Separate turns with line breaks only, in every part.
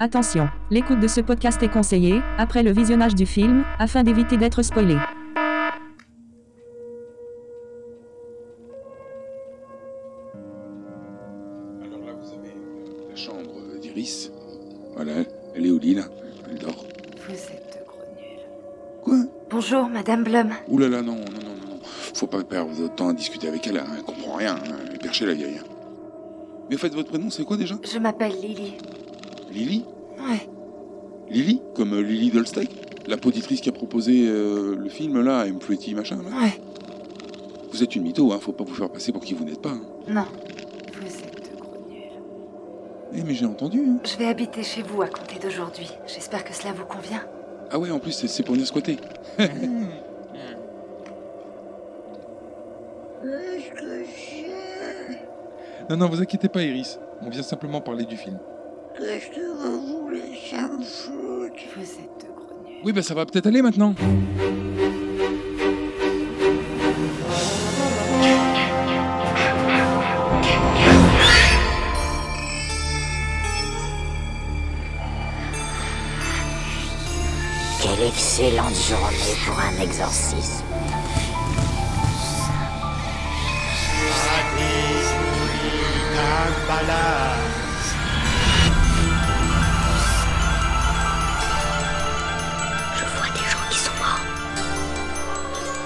Attention, l'écoute de ce podcast est conseillée, après le visionnage du film, afin d'éviter d'être spoilé.
Alors là, vous avez la chambre d'Iris. Voilà, elle est au lit, là. Elle dort.
Vous êtes de gros nuls.
Quoi
Bonjour, Madame Blum.
Ouh là là, non, non, non, non, non. Faut pas perdre de temps à discuter avec elle, hein. elle comprend rien. hein. Elle est perchée, la vieille. Mais en fait, votre prénom, c'est quoi déjà
Je m'appelle Lily.
Lily
Ouais.
Lily Comme euh, Lily Dolstein La poditrice qui a proposé euh, le film, là, M. Pretty, machin, là.
Ouais.
Vous êtes une mytho, hein. Faut pas vous faire passer pour qui vous n'êtes pas. hein.
Non. Vous êtes de gros nuls.
Eh, mais j'ai entendu, hein.
Je vais habiter chez vous à compter d'aujourd'hui. J'espère que cela vous convient.
Ah ouais, en plus, c'est- c'est pour venir squatter. Non, non, vous inquiétez pas, Iris. On vient simplement parler du film.
Qu'est-ce que vous voulez, ça me fout
Vous êtes de gros nuls.
Oui, bah ça va peut-être aller maintenant.
Quelle excellente journée pour un exorcisme. Je vois des gens qui sont morts.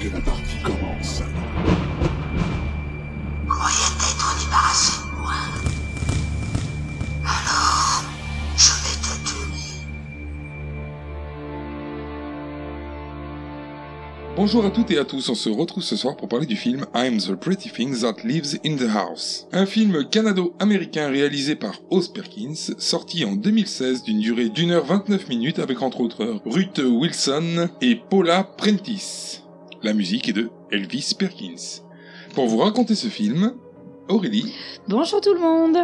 Et la partie commence.
Croyez t'être débarrassé de moi. Alors, je vais te tuer.
Bonjour à toutes et à tous, on se retrouve ce soir pour parler du film I'm the Pretty Thing That Lives in the House. Un film canado-américain réalisé par Oz Perkins, sorti en 2016 d'une durée d'une heure 29 minutes avec entre autres Ruth Wilson et Paula Prentice. La musique est de Elvis Perkins. Pour vous raconter ce film, Aurélie
Bonjour tout le monde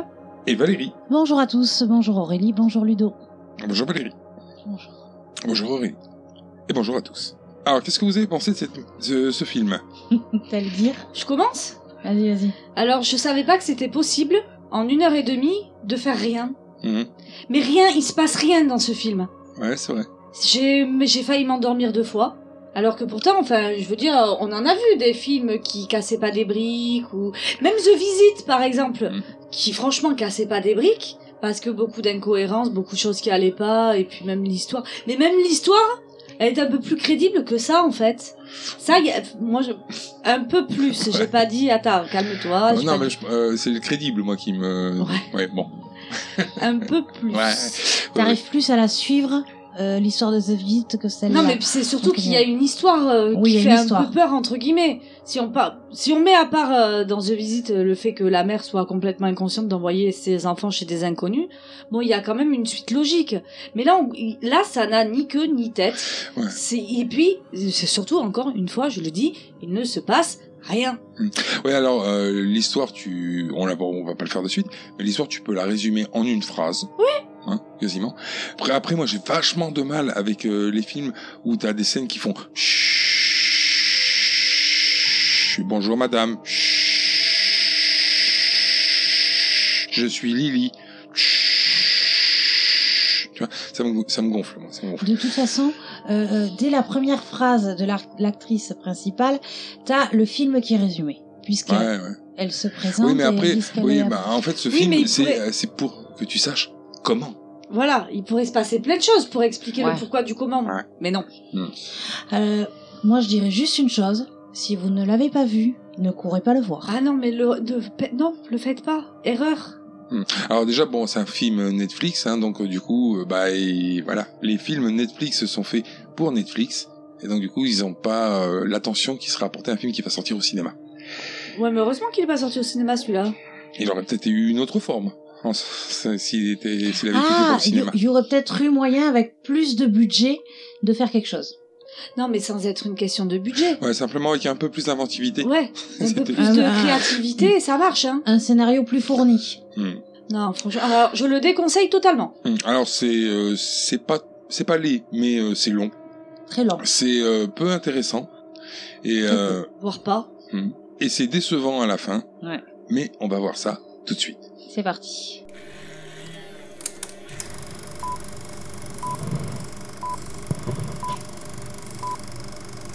et Valérie.
Bonjour à tous, bonjour Aurélie, bonjour Ludo.
Bonjour Valérie.
Bonjour.
Bonjour Aurélie. Et bonjour à tous. Alors, qu'est-ce que vous avez pensé de, cette- de ce film
T'as le dire
Je commence
Vas-y, vas-y.
Alors, je savais pas que c'était possible, en une heure et demie, de faire rien.
Mhm.
Mais rien, il se passe rien dans ce film.
Ouais, c'est vrai.
J'ai mais j'ai failli m'endormir deux fois. Alors que pourtant, enfin, je veux dire, on en a vu des films qui cassaient pas des briques, ou même The Visit, par exemple,
Mhm.
qui franchement cassait pas des briques, parce que beaucoup d'incohérences, beaucoup de choses qui allaient pas, et puis même l'histoire. Mais même l'histoire, elle est un peu plus crédible que ça, en fait. Ça, y a- moi, je... un peu plus. J'ai
Ouais.
pas dit, attends, calme-toi.
Oh,
j'ai
non,
pas
mais je- euh, c'est le crédible, moi, qui me...
Ouais.
bon. Euh,
un peu plus.
Ouais.
T'arrives plus à la suivre, euh, l'histoire de The Visit, que celle-là.
Non, mais puis c'est surtout
Ok.
qu'il y a une histoire euh, qui
Oui, il y a
fait
une
un
histoire.
peu peur, entre guillemets. Si on, par- si on met à part euh, dans The Visit euh, le fait que la mère soit complètement inconsciente d'envoyer ses enfants chez des inconnus, bon, il y a quand même une suite logique. Mais là, on- il- là ça n'a ni queue ni tête.
Ouais.
C'est- Et puis, c'est surtout, encore une fois, je le dis, il ne se passe rien.
Ouais, alors, euh, l'histoire, tu... On, la... bon, on va pas le faire de suite, mais l'histoire, tu peux la résumer en une phrase. Oui Hein, quasiment. Après, après moi, j'ai vachement de mal avec euh, les films où t'as des scènes qui font... Chut. Bonjour, madame. Chut. Je suis Lily. Chut. Tu vois, ça me, ça me gonfle, moi, ça me gonfle.
De toute façon, euh, euh, dès la première phrase de l'ar- l'actrice principale, t'as le film qui est résumé. Puisqu'elle
Ouais, ouais.
elle se présente.
Oui, mais
et
après,
dit ce qu'elle
oui,
est.
bah, en fait, ce
Oui, mais
film,
il
c'est
pourrait-
euh, c'est pour que tu saches comment.
Voilà, il pourrait se passer plein de choses pour expliquer
Ouais.
le pourquoi du comment.
Ouais.
Mais non.
Euh, moi, je dirais juste une chose. Si vous ne l'avez pas vu, ne courez pas le voir.
Ah non, mais le, de- non, le faites pas. Erreur.
Alors déjà, bon, c'est un film Netflix, hein, donc euh, du coup, euh, bah et voilà, les films Netflix se sont faits pour Netflix, et donc du coup, ils n'ont pas euh, l'attention qui sera apportée à un film qui va sortir au cinéma.
Ouais, mais heureusement qu'il est pas sorti au cinéma celui-là.
Il aurait peut-être eu une autre forme hein, s'il était, s'il avait été fait pour
Ah,
le
il y,
cinéma.
il y aurait peut-être eu moyen, avec plus de budget, de faire quelque chose.
Non, mais sans être une question de budget.
Ouais, simplement avec un peu plus d'inventivité.
Ouais, un peu
C'était-
plus de
Ah, ah.
créativité, ça marche, hein.
un scénario plus fourni.
Hmm.
Non, franchement, alors, je le déconseille totalement.
Hum, Alors c'est euh, c'est pas c'est pas laid, mais euh, c'est long,
Très lent.
c'est euh, peu intéressant et euh,
Voire pas.
et c'est décevant à la fin.
Ouais.
Mais on va voir ça tout de suite.
C'est parti.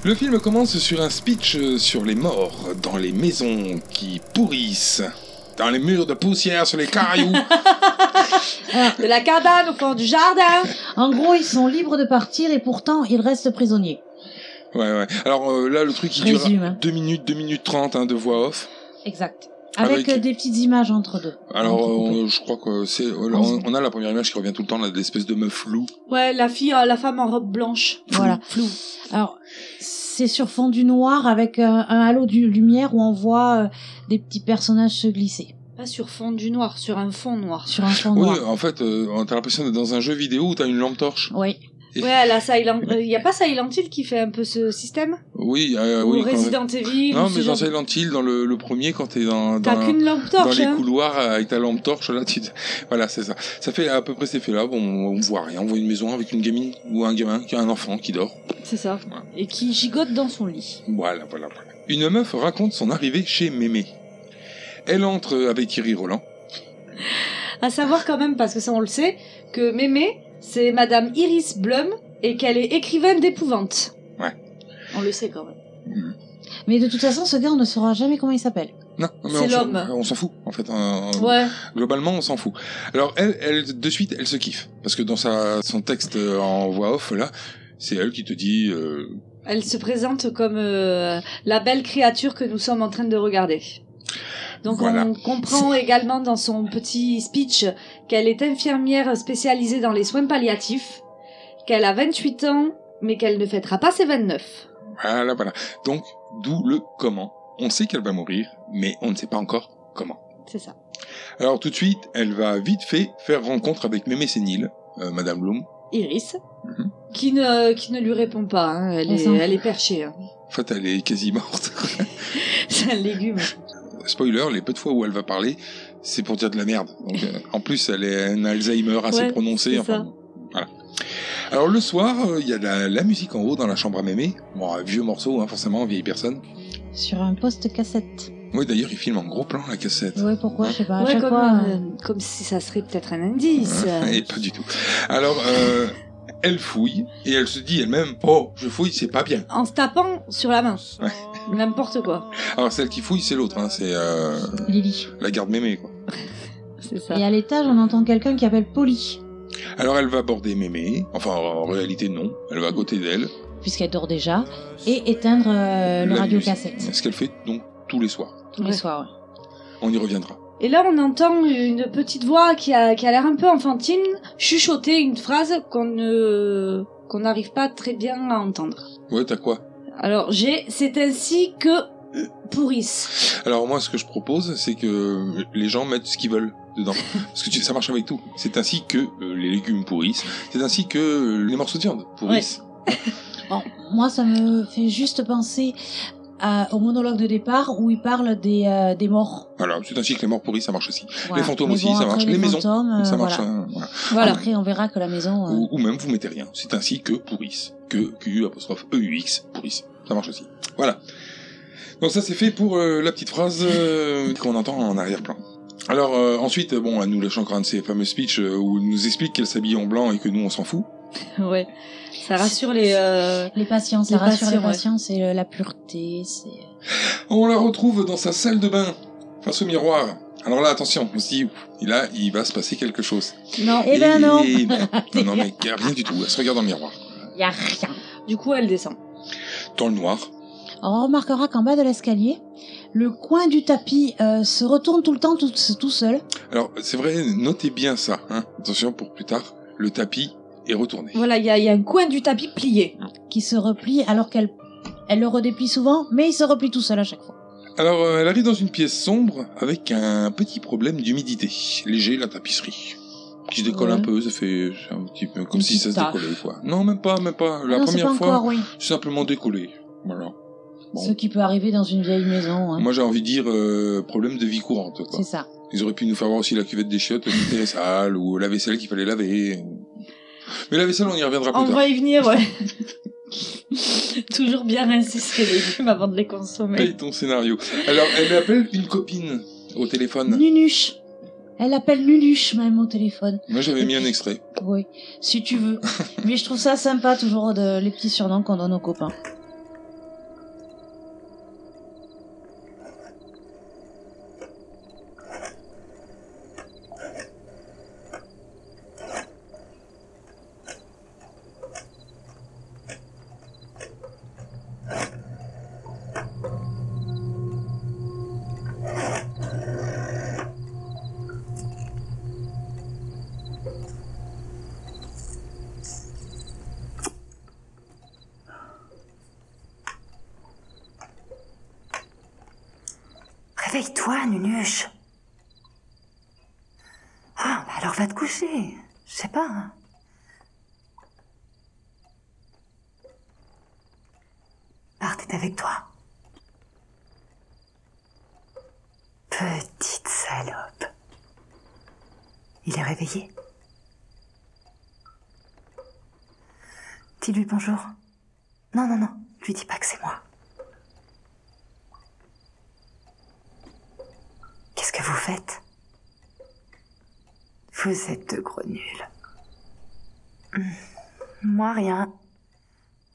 Le film commence sur un speech euh, sur les morts dans les maisons qui pourrissent, dans les murs de poussière sur les cailloux.
De la cabane au fond du jardin.
En gros, ils sont libres de partir et pourtant, ils restent prisonniers.
ouais ouais. Alors euh, là le truc il
Je
dure
résume. hein.
2 minutes 2 minutes 30 hein, de voix off.
Exact.
Avec-
Avec, euh, des petites images entre deux.
Alors
Ah,
Entre
euh,
coupées.
on- je crois que c'est euh, on, on a la première image qui revient tout le temps là, de l'espèce de meuf floue.
Ouais, la fille, euh, la femme en robe blanche.
Voilà.
Flou.
Alors, c'est sur fond du noir avec un, un halo de lumière où on voit euh, des petits personnages se glisser
Pas sur fond du noir, sur un fond noir.
sur un fond
Oui,
noir.
en fait, euh, t'as l'impression d'être dans un jeu vidéo où t'as une lampe torche.
Oui.
Ouais, la Silent. Il y a pas Silent Hill qui fait un peu ce système
Oui, euh,
Ou
oui. quand-
Resident Evil
Non,
ou ce
mais dans Silent
genre-
Hill, dans le, le premier, quand t'es dans, dans,
T'as qu'une lampe
dans
torche.
les
hein.
couloirs euh, avec ta lampe torche, là, tu te- voilà, c'est ça. Ça fait à peu près cet effet-là. Bon, on voit rien. On voit une maison avec une gamine ou un gamin qui a un enfant qui dort.
C'est ça. Et qui gigote dans son lit.
Voilà, voilà, voilà. Une meuf raconte son arrivée chez Mémé. Elle entre avec Thierry Roland.
À savoir quand même, parce que ça on le sait, que Mémé, c'est Madame Iris Blum et qu'elle est écrivaine d'épouvante.
Ouais.
On le sait quand même.
Mais de toute façon, ce gars, on ne saura jamais comment il s'appelle.
Non, non, mais
C'est
on s'en-
l'homme.
On s'en fout, en fait. Euh,
Ouais.
Globalement, on s'en fout. Alors, elle, elle, de suite, elle se kiffe. Parce que dans sa, son texte euh, en voix off, là, c'est elle qui te dit, euh,
Elle se présente comme euh, la belle créature que nous sommes en train de regarder. Donc
Voilà.
on comprend également dans son petit speech qu'elle est infirmière spécialisée dans les soins palliatifs, qu'elle a 28 ans, mais qu'elle ne fêtera pas ses 29.
Voilà, voilà. Donc, d'où le comment. On sait qu'elle va mourir, mais on ne sait pas encore comment.
C'est ça.
Alors tout de suite, elle va vite fait faire rencontre avec Mémé Sénil, euh, Madame Blum.
Iris,
Mhm.
qui, ne, qui ne lui répond pas, hein. elle,
Elle
est,
s'en
elle est perchée. hein.
En fait, elle est quasi morte.
C'est un légume.
Spoiler, les peu de fois où elle va parler, c'est pour dire de la merde. Donc, euh, en plus, elle est un Alzheimer assez
Ouais,
prononcé.
c'est
Enfin,
ça.
voilà. Alors le soir, euh, il y a de la, la musique en haut dans la chambre à Mémé. Bon, un vieux morceau, hein, forcément, vieille personne.
Sur un poste cassette.
Oui, d'ailleurs, il filme en gros plan la cassette.
Ouais, pourquoi Je sais pas. à
Ouais,
chaque
comme,
fois, euh,
euh, comme si ça serait peut-être un indice.
Et pas du tout. Alors, euh, elle fouille et elle se dit elle-même Oh, je fouille, c'est pas bien.
En se tapant sur la main.
Ouais.
N'importe quoi.
Alors, celle qui fouille, c'est l'autre, hein, c'est euh,
Lily.
la garde mémé. Quoi.
C'est ça.
Et à l'étage, on entend quelqu'un qui appelle Polly,
Alors, elle va aborder mémé, enfin, en réalité, non, elle va à côté d'elle,
puisqu'elle dort déjà, et éteindre euh, le
La
radiocassette
ce qu'elle fait donc tous les soirs.
tous
Ouais.
les soirs. ouais.
On y reviendra.
Et là, on entend une petite voix qui a, qui a l'air un peu enfantine chuchoter une phrase qu'on ne, qu'on n'arrive pas très bien à entendre.
Ouais, t'as quoi
Alors, j'ai, c'est ainsi que pourrissent.
Alors, moi, ce que je propose, c'est que euh, les gens mettent ce qu'ils veulent dedans. Parce que tu- ça marche avec tout. C'est ainsi que euh, les légumes pourrissent, c'est ainsi que euh, les morceaux de viande pourrissent.
Bon, moi, ça me fait juste penser à- au monologue de départ où il parle des, euh, des morts.
Voilà, c'est ainsi que les morts pourrissent, ça marche aussi.
Voilà.
Les fantômes
Mais
aussi,
bon,
ça
après,
marche. Les maisons,
fantômes, euh,
ça marche.
voilà.
hein, voilà.
Voilà.
Après, on verra que la maison. euh,
Ou, ou même vous mettez rien. C'est ainsi que pourrissent. Que Q apostrophe EUX pourrissent. Ça marche aussi. Voilà. Donc ça c'est fait pour euh, la petite phrase euh, qu'on entend en arrière-plan. Alors euh, ensuite, euh, bon, elle nous lâche encore un de ces fameux speeches euh, où elle nous explique qu'elle s'habille en blanc et que nous on s'en fout.
Ouais. Ça rassure les, euh,
Les patients, ça
Les
rassure
patients,
les
ouais.
patients, c'est euh, la pureté, c'est... euh.
On la retrouve dans sa salle de bain, face au miroir. Alors là, attention, on se dit, ouf, et là, il va se passer quelque chose.
non.
Eh ben non
Et- Non, non, mais rien du tout. Elle se regarde dans le miroir.
Il y a rien.
Du coup, elle descend.
Dans le noir,
On remarquera qu'en bas de l'escalier, le coin du tapis euh, se retourne tout le temps tout, tout seul.
Alors, c'est vrai, notez bien ça. Hein. Attention pour plus tard, le tapis est retourné.
Voilà, il y a, il y a un coin du tapis plié.
qui se replie alors qu'elle elle le redéplie souvent, mais il se replie tout seul à chaque fois.
Alors, euh, elle arrive dans une pièce sombre avec un petit problème d'humidité. Léger, la tapisserie. Qui se décolle
Ouais.
un peu, ça fait un petit peu comme
Une
si ça
petite Ah
se décollait, quoi. Non, même pas, même pas. La
non, c'est
première
pas
fois,
encore, oui.
c'est simplement décollé. Voilà. Bon.
Ce qui peut arriver dans une vieille maison. hein.
Moi, j'ai envie de dire euh, problème de vie courante. Quoi.
C'est ça.
Ils auraient pu nous faire voir aussi la cuvette des chiottes qui était sale ou la vaisselle qu'il fallait laver. Mais la vaisselle, on y reviendra
On
plus tard.
va y venir, ouais. Toujours bien rincer ses légumes avant de les consommer.
Paye ton scénario. Alors, elle appelle une copine au téléphone.
Nunuche. Elle appelle Nunuche même au téléphone.
Moi, j'avais mis un extrait.
Oui, si tu veux. Mais je trouve ça sympa toujours de, les petits surnoms qu'on donne aux copains.
Réveille-toi, Nunuche. Ah, bah alors va te coucher. Je sais pas. hein. Marthe est avec toi. Petite salope. Il est réveillé. Dis-lui bonjour. Non, non, non, lui dis pas que c'est moi. Qu'est-ce que vous faites Vous êtes de gros nuls. Hum, Moi, rien.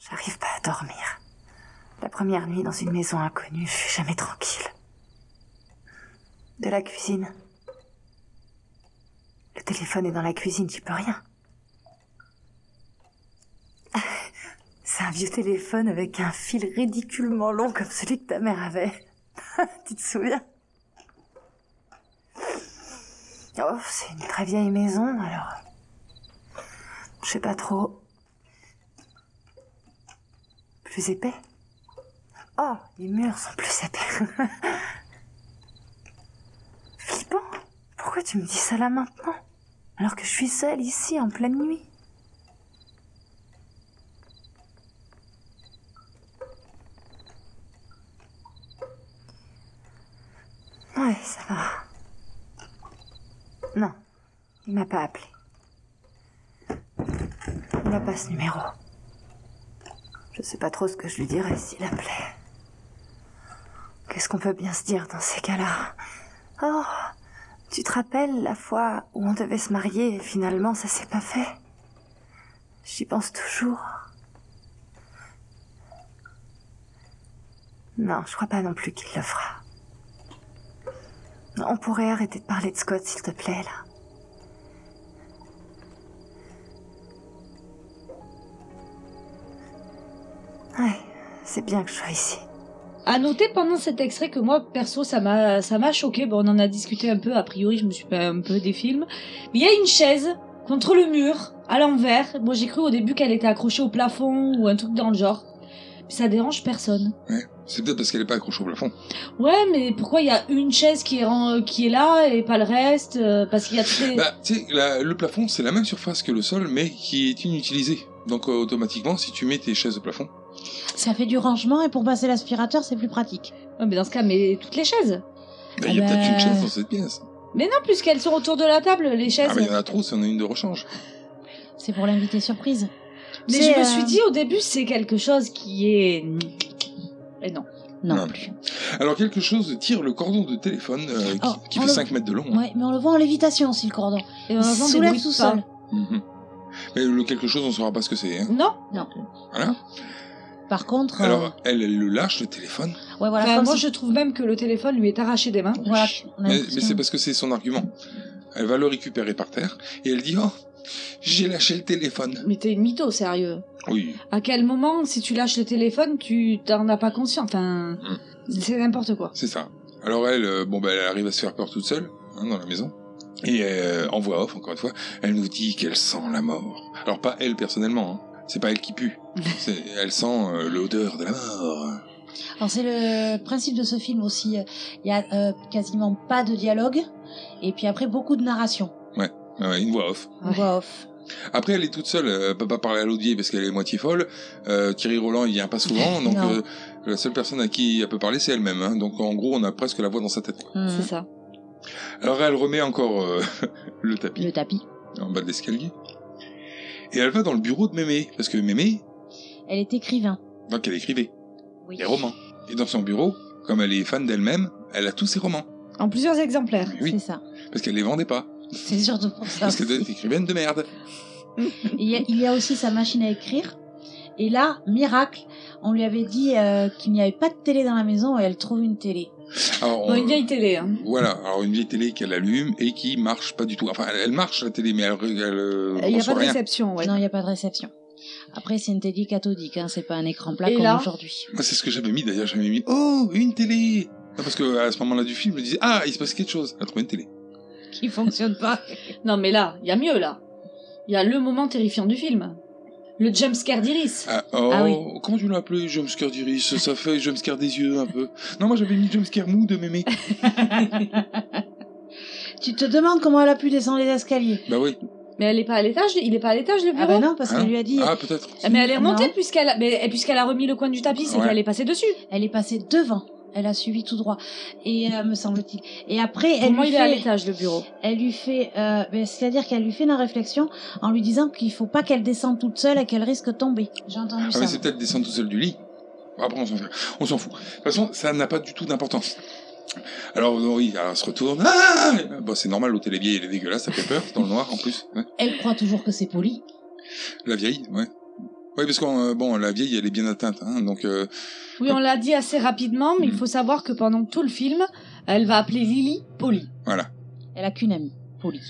J'arrive pas à dormir. La première nuit dans une maison inconnue, je suis jamais tranquille. De la cuisine. Le téléphone est dans la cuisine, j'y peux rien. C'est un vieux téléphone avec un fil ridiculement long comme celui que ta mère avait. tu te souviens Oh, c'est une très vieille maison, alors. Je sais pas trop. Plus épais Oh, les murs sont plus épais. Flippant Pourquoi tu me dis ça là maintenant Alors que je suis seule ici en pleine nuit Ouais, ça va. Non, il m'a pas appelé. Il n'a pas ce numéro. Je sais pas trop ce que je lui dirais s'il appelait. Qu'est-ce qu'on peut bien se dire dans ces cas-là Oh, tu te rappelles la fois où on devait se marier et finalement ça s'est pas fait J'y pense toujours. Non, je crois pas non plus qu'il le fera. On pourrait arrêter de parler de Scott, s'il te plaît, là. Ouais, c'est bien que je sois ici.
À noter pendant cet extrait que moi, perso, ça m'a, ça m'a choqué. Bon, on en a discuté un peu. A priori, je me suis fait un peu des films. Mais il y a une chaise contre le mur, à l'envers. Moi, j'ai cru au début qu'elle était accrochée au plafond ou un truc dans le genre. Ça dérange personne.
C'est peut-être parce qu'elle est pas accrochée au plafond.
Ouais, mais pourquoi il y a une chaise qui est, en- qui est là et pas le reste euh, Parce qu'il y a toutes les...
Bah, tu sais, la- le plafond, c'est la même surface que le sol, mais qui est inutilisée. Donc, euh, automatiquement, si tu mets tes chaises au plafond,
Ça fait du rangement et pour passer l'aspirateur, c'est plus pratique.
Ouais, mais dans ce cas, mais toutes les chaises.
bah, il y a
Ah bah.
peut-être une chaise dans cette pièce.
Mais non, puisqu'elles sont autour de la table, les chaises.
Ah, mais il y en a trop, c'est en a une de rechange.
C'est pour l'invité surprise.
mais
C'est,
je me
euh,
suis dit au début, c'est quelque chose qui est... euh, Et non.
Non,
Non.
plus.
Alors, quelque chose tire le cordon de téléphone euh, qui,
Oh,
qui
on
fait
le-
5 mètres de long. hein.
Ouais, mais on le voit en lévitation aussi, le cordon.
Et on
Il
entend des
soulève
bruits de
tout
pas.
seul.
Mhm. Mais le quelque chose, on saura pas ce que c'est. Hein.
Non.
Voilà.
Par contre, euh,
Alors, elle, elle le lâche, le téléphone.
ouais, voilà,
Enfin,
comme
moi,
si-
je trouve même que le téléphone lui est arraché des mains.
voilà, on a
Mais,
l'impression-
mais c'est parce que c'est son argument. Elle va le récupérer par terre et elle dit Oh, j'ai lâché le téléphone.
Mais t'es une mytho, sérieux.
Oui.
À quel moment, si tu lâches le téléphone, tu t'en as pas conscience Enfin,
Mm.
c'est n'importe quoi.
C'est ça. Alors elle, euh, bon, bah, elle arrive à se faire peur toute seule hein, dans la maison. Et euh, en voix off, encore une fois, elle nous dit qu'elle sent la mort. Alors pas elle personnellement, hein. c'est pas elle qui pue. C'est- elle sent euh, l'odeur de la mort.
Alors, c'est le principe de ce film aussi. Il y a euh, quasiment pas de dialogue et puis après beaucoup de narration.
Ouais, une voix off.
On
Ouais.
voit off.
Après, elle est toute seule, euh, elle peut pas parler à l'audier parce qu'elle est moitié folle. Euh, Thierry Roland, il vient pas souvent, donc
Non.
euh, La seule personne à qui elle peut parler, c'est elle-même. hein. Donc en gros, on a presque la voix dans sa tête. quoi.
Mm. Hmm.
C'est ça.
Alors elle remet encore euh, le tapis
Le tapis.
en bas de l'escalier. Et elle va dans le bureau de Mémé. Parce que Mémé,
Elle est écrivain.
donc elle écrivait
Oui.
des romans. Et dans son bureau, comme elle est fan d'elle-même, elle a tous ses romans.
En plusieurs exemplaires.
Oui.
C'est ça.
Parce qu'elle les vendait pas.
Ah.
C'est surtout pour ça.
Parce qu'elle est écrivaine de merde.
Il y, a, il y a aussi sa machine à écrire. Et là, miracle, on lui avait dit euh, qu'il n'y avait pas de télé dans la maison et elle trouve une télé.
Alors, on-
Bon, une vieille télé. Hein.
Voilà, alors une vieille télé qu'elle allume et qui marche pas du tout. Enfin, elle marche la télé, mais elle, elle euh,
Il n'y a
reçoit
pas de
rien.
réception. Ouais.
Non, il n'y a pas de réception. Après, c'est une télé cathodique, hein, c'est pas un écran plat
Et
comme
là
aujourd'hui.
Moi, c'est ce que j'avais mis d'ailleurs. J'avais mis Oh, une télé Non, Parce que à ce moment-là du film, je me disais Ah, il se passe quelque chose. Elle a trouvé une télé.
Qui fonctionne pas.
Non, mais là, il y a mieux là. Il y a le moment terrifiant du film. Le jumpscare d'Iris.
Ah, oh,
Ah oui.
comment tu l'as appelé Jumpscare d'Iris Ça fait Jumpscare des yeux un peu. Non, moi j'avais mis Jumpscare mou de mémé.
Tu te demandes comment elle a pu descendre les escaliers.
bah oui.
Mais elle est pas à l'étage. Il est pas à l'étage le bureau.
Ah bah non, parce
Hein
qu'elle lui a dit,
Ah, peut-être.
Ah, Mais elle est remontée
Non.
puisqu'elle a... mais- et puisqu'elle a remis le coin du tapis, c'est
Ouais.
qu'elle est passée dessus.
elle est passée devant. Elle a suivi tout droit. Et euh, me semble-t-il. Et après, elle
Pour moi,
lui
il est à
fait,
l'étage le bureau.
elle lui fait, euh, ben, c'est-à-dire qu'elle lui fait une réflexion en lui disant qu'il faut pas qu'elle descende toute seule et qu'elle risque de tomber. J'ai entendu
Ah,
ça.
mais c'est peut-être descendre tout seul du lit. Après, on s'en fout. On s'en fout. De toute façon, ça n'a pas du tout d'importance. Alors, oui, elle se retourne. Ah Bon, c'est normal, l'hôtel est vieille, elle est dégueulasse, ça fait peur, dans le noir en plus. Ouais.
Elle croit toujours que c'est poli.
La vieille, ouais. Oui, parce que bon, la vieille, elle est bien atteinte, hein, donc euh,
Oui, on l'a dit assez rapidement, mais il
Mm.
faut savoir que pendant tout le film, elle va appeler Lily Polly.
voilà.
Elle a qu'une amie, poli.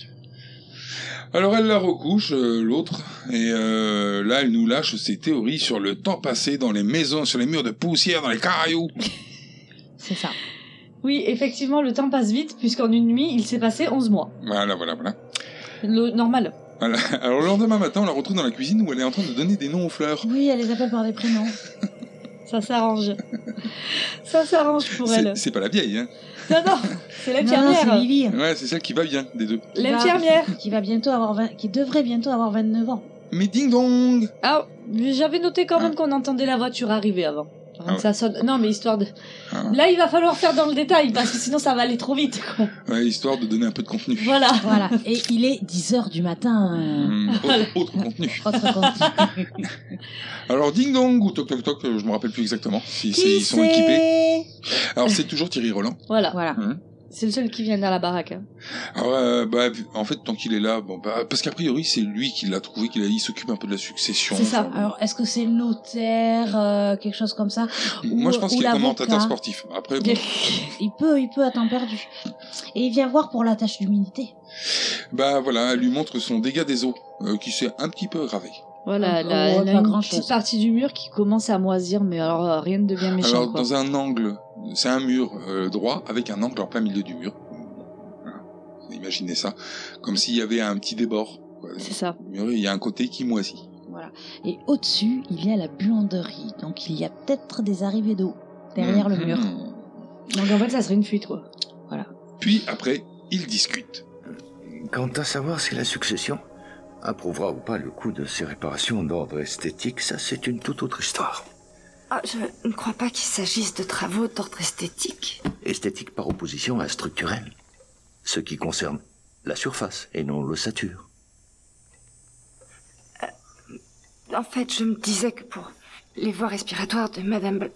Alors elle la recouche, euh, l'autre, et euh, là elle nous lâche ses théories sur le temps passé dans les maisons, sur les murs de poussière, dans les cailloux.
C'est ça.
Oui, effectivement, le temps passe vite puisqu'en une nuit, il s'est passé 11 mois.
Voilà, voilà, voilà.
Le normal.
Voilà. Alors le lendemain matin, on la retrouve dans la cuisine où elle est en train de donner des noms aux fleurs.
Oui, elle les appelle par des prénoms.
Ça s'arrange. Ça s'arrange pour elle.
C'est c'est pas la vieille, hein.
Non, non, c'est
Non, non, c'est
l'infirmière.
Lily. hein,
Ouais, c'est celle qui va bien des deux.
L'infirmière.
Qui va bientôt avoir 20 qui devrait bientôt avoir 29 ans.
Mais ding dong
Ah, mais j'avais noté quand même qu'on entendait la voiture arriver avant. Avant
Ah
que ça sonne. Non, mais histoire de.
Ah.
Là, il va falloir faire dans le détail parce que sinon, ça va aller trop vite. quoi.
Ouais, histoire de donner un peu de contenu.
Voilà.
Voilà. Et il est 10 heures du matin. euh,
Hum, autre, autre contenu.
Autre compte.
Alors ding dong ou toc toc toc, euh, je me rappelle plus exactement si c'est-
Qui
ils sont équipés.
c'est
Alors c'est toujours Thierry Roland.
Voilà.
Voilà.
C'est le seul qui vient dans la baraque. hein.
Alors, euh, bah, en fait, tant qu'il est là, bon, bah, parce qu'a priori, c'est lui qui l'a trouvé, qu'il a- il s'occupe un peu de la succession.
C'est ça.
Alors, est-ce que c'est le notaire, euh, quelque chose comme ça
Moi,
ou-
je pense
ou
qu'il est
l'avocat.
commentateur sportif. Après, bon,
Il peut, il peut à temps perdu. Et il vient voir pour la tâche d'humidité.
bah voilà, elle lui montre son dégât des eaux, euh, qui s'est un petit peu aggravé.
Voilà,
Ah,
elle a-
ouais,
elle a
pas
une
grand-chose.
petite partie du mur qui commence à moisir, mais alors euh, rien de bien méchant.
Alors,
quoi.
dans un angle, c'est un mur euh, droit avec un angle en plein milieu du mur. Voilà. Imaginez ça, comme s'il y avait un petit débord. quoi.
C'est ça.
Le mur, Il y a un côté qui moisit.
Et au-dessus, il y a la buanderie. Donc, il y a peut-être des arrivées d'eau derrière le
Mm.
Mhm.
mur.
Donc en fait, ça serait une fuite, quoi.
Puis après, ils discutent.
Quant à savoir si la succession approuvera ou pas le coût de ces réparations d'ordre esthétique, ça c'est une toute autre histoire.
Ah, je ne crois pas qu'il s'agisse de travaux d'ordre esthétique.
Esthétique par opposition à structurelle. Ce qui concerne la surface et non l'ossature.
En fait, je me disais que pour les voies respiratoires de Madame... Bl-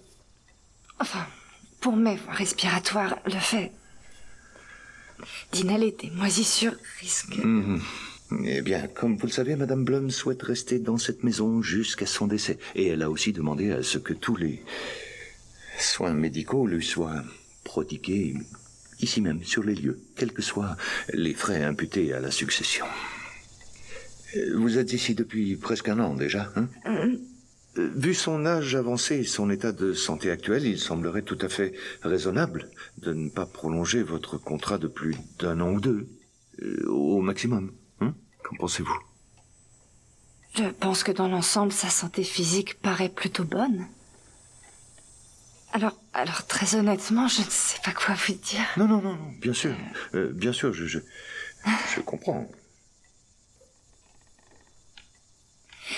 Enfin, pour mes voies respiratoires, le fait d'inhaler des moisissures risque...
Mhm. Eh bien, comme vous le savez, Madame Blum souhaite rester dans cette maison jusqu'à son décès. Et elle a aussi demandé à ce que tous les soins médicaux lui soient prodigués ici même, sur les lieux, quels que soient les frais imputés à la succession. Euh, Vous êtes ici depuis presque un an déjà, hein Euh, Vu son âge avancé et son état de santé actuel, il semblerait tout à fait raisonnable de ne pas prolonger votre contrat de plus d'un an ou deux. Euh, au maximum. Hein Qu'en pensez-vous
Je pense que dans l'ensemble, sa santé physique paraît plutôt bonne. Alors, alors très honnêtement, je ne sais pas quoi vous dire.
Non, non, non, non, bien sûr. Euh, bien sûr, je, je, je comprends.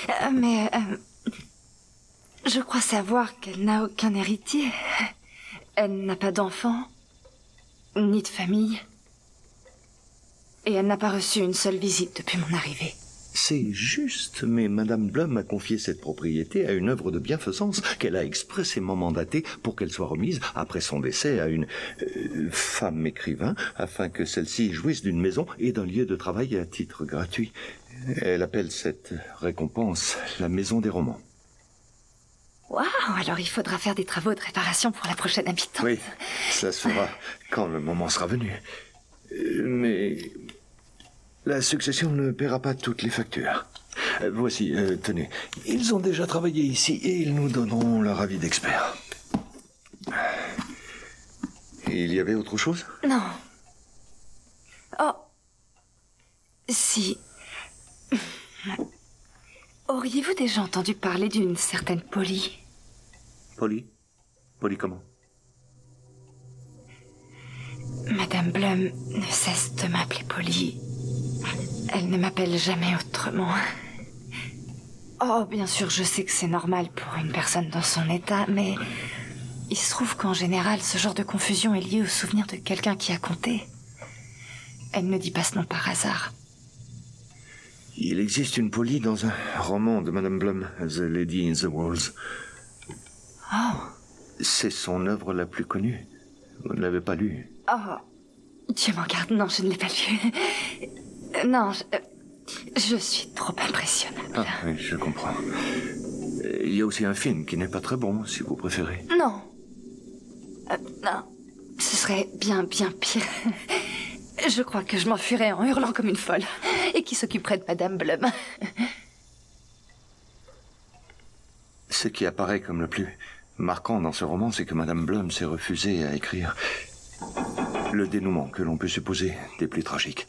Euh, mais euh, Je crois savoir qu'elle n'a aucun héritier. Elle n'a pas d'enfant, ni de famille. Et elle n'a pas reçu une seule visite depuis mon arrivée.
C'est juste, mais Madame Blum a confié cette propriété à une œuvre de bienfaisance qu'elle a expressément mandatée pour qu'elle soit remise après son décès à une euh, femme écrivain afin que celle-ci jouisse d'une maison et d'un lieu de travail à titre gratuit. Elle appelle cette récompense la maison des romans.
Waouh Alors il faudra faire des travaux de réparation pour la prochaine habitante.
Oui, ça sera quand le moment sera venu. Euh, Mais la succession ne paiera pas toutes les factures. Euh, Voici, euh, tenez. Ils ont déjà travaillé ici et ils nous donneront leur avis d'expert. Il y avait autre chose
Non. Oh. Si. Auriez-vous déjà entendu parler d'une certaine Polly
Polly Polly comment
Madame Blum ne cesse de m'appeler Polly. Elle ne m'appelle jamais autrement. Oh, bien sûr, je sais que c'est normal pour une personne dans son état, mais il se trouve qu'en général, ce genre de confusion est lié au souvenir de quelqu'un qui a compté. Elle ne dit pas ce nom par hasard.
Il existe une Polly dans un roman de Madame Blum, The Lady in the Walls.
Oh,
C'est son œuvre la plus connue. Vous ne l'avez pas lue
oh, Dieu m'en garde, non, je ne l'ai pas lu. Euh, Non, je, euh, je suis trop impressionnable.
Ah oui, je comprends. Euh, Il y a aussi un film qui n'est pas très bon, si vous préférez.
Non. Euh, non. Ce serait bien, bien pire. Je crois que je m'enfuirais en hurlant comme une folle. Et qui s'occuperait de Madame Blum
Ce qui apparaît comme le plus marquant dans ce roman, c'est que Madame Blum s'est refusée à écrire le dénouement que l'on peut supposer des plus tragiques.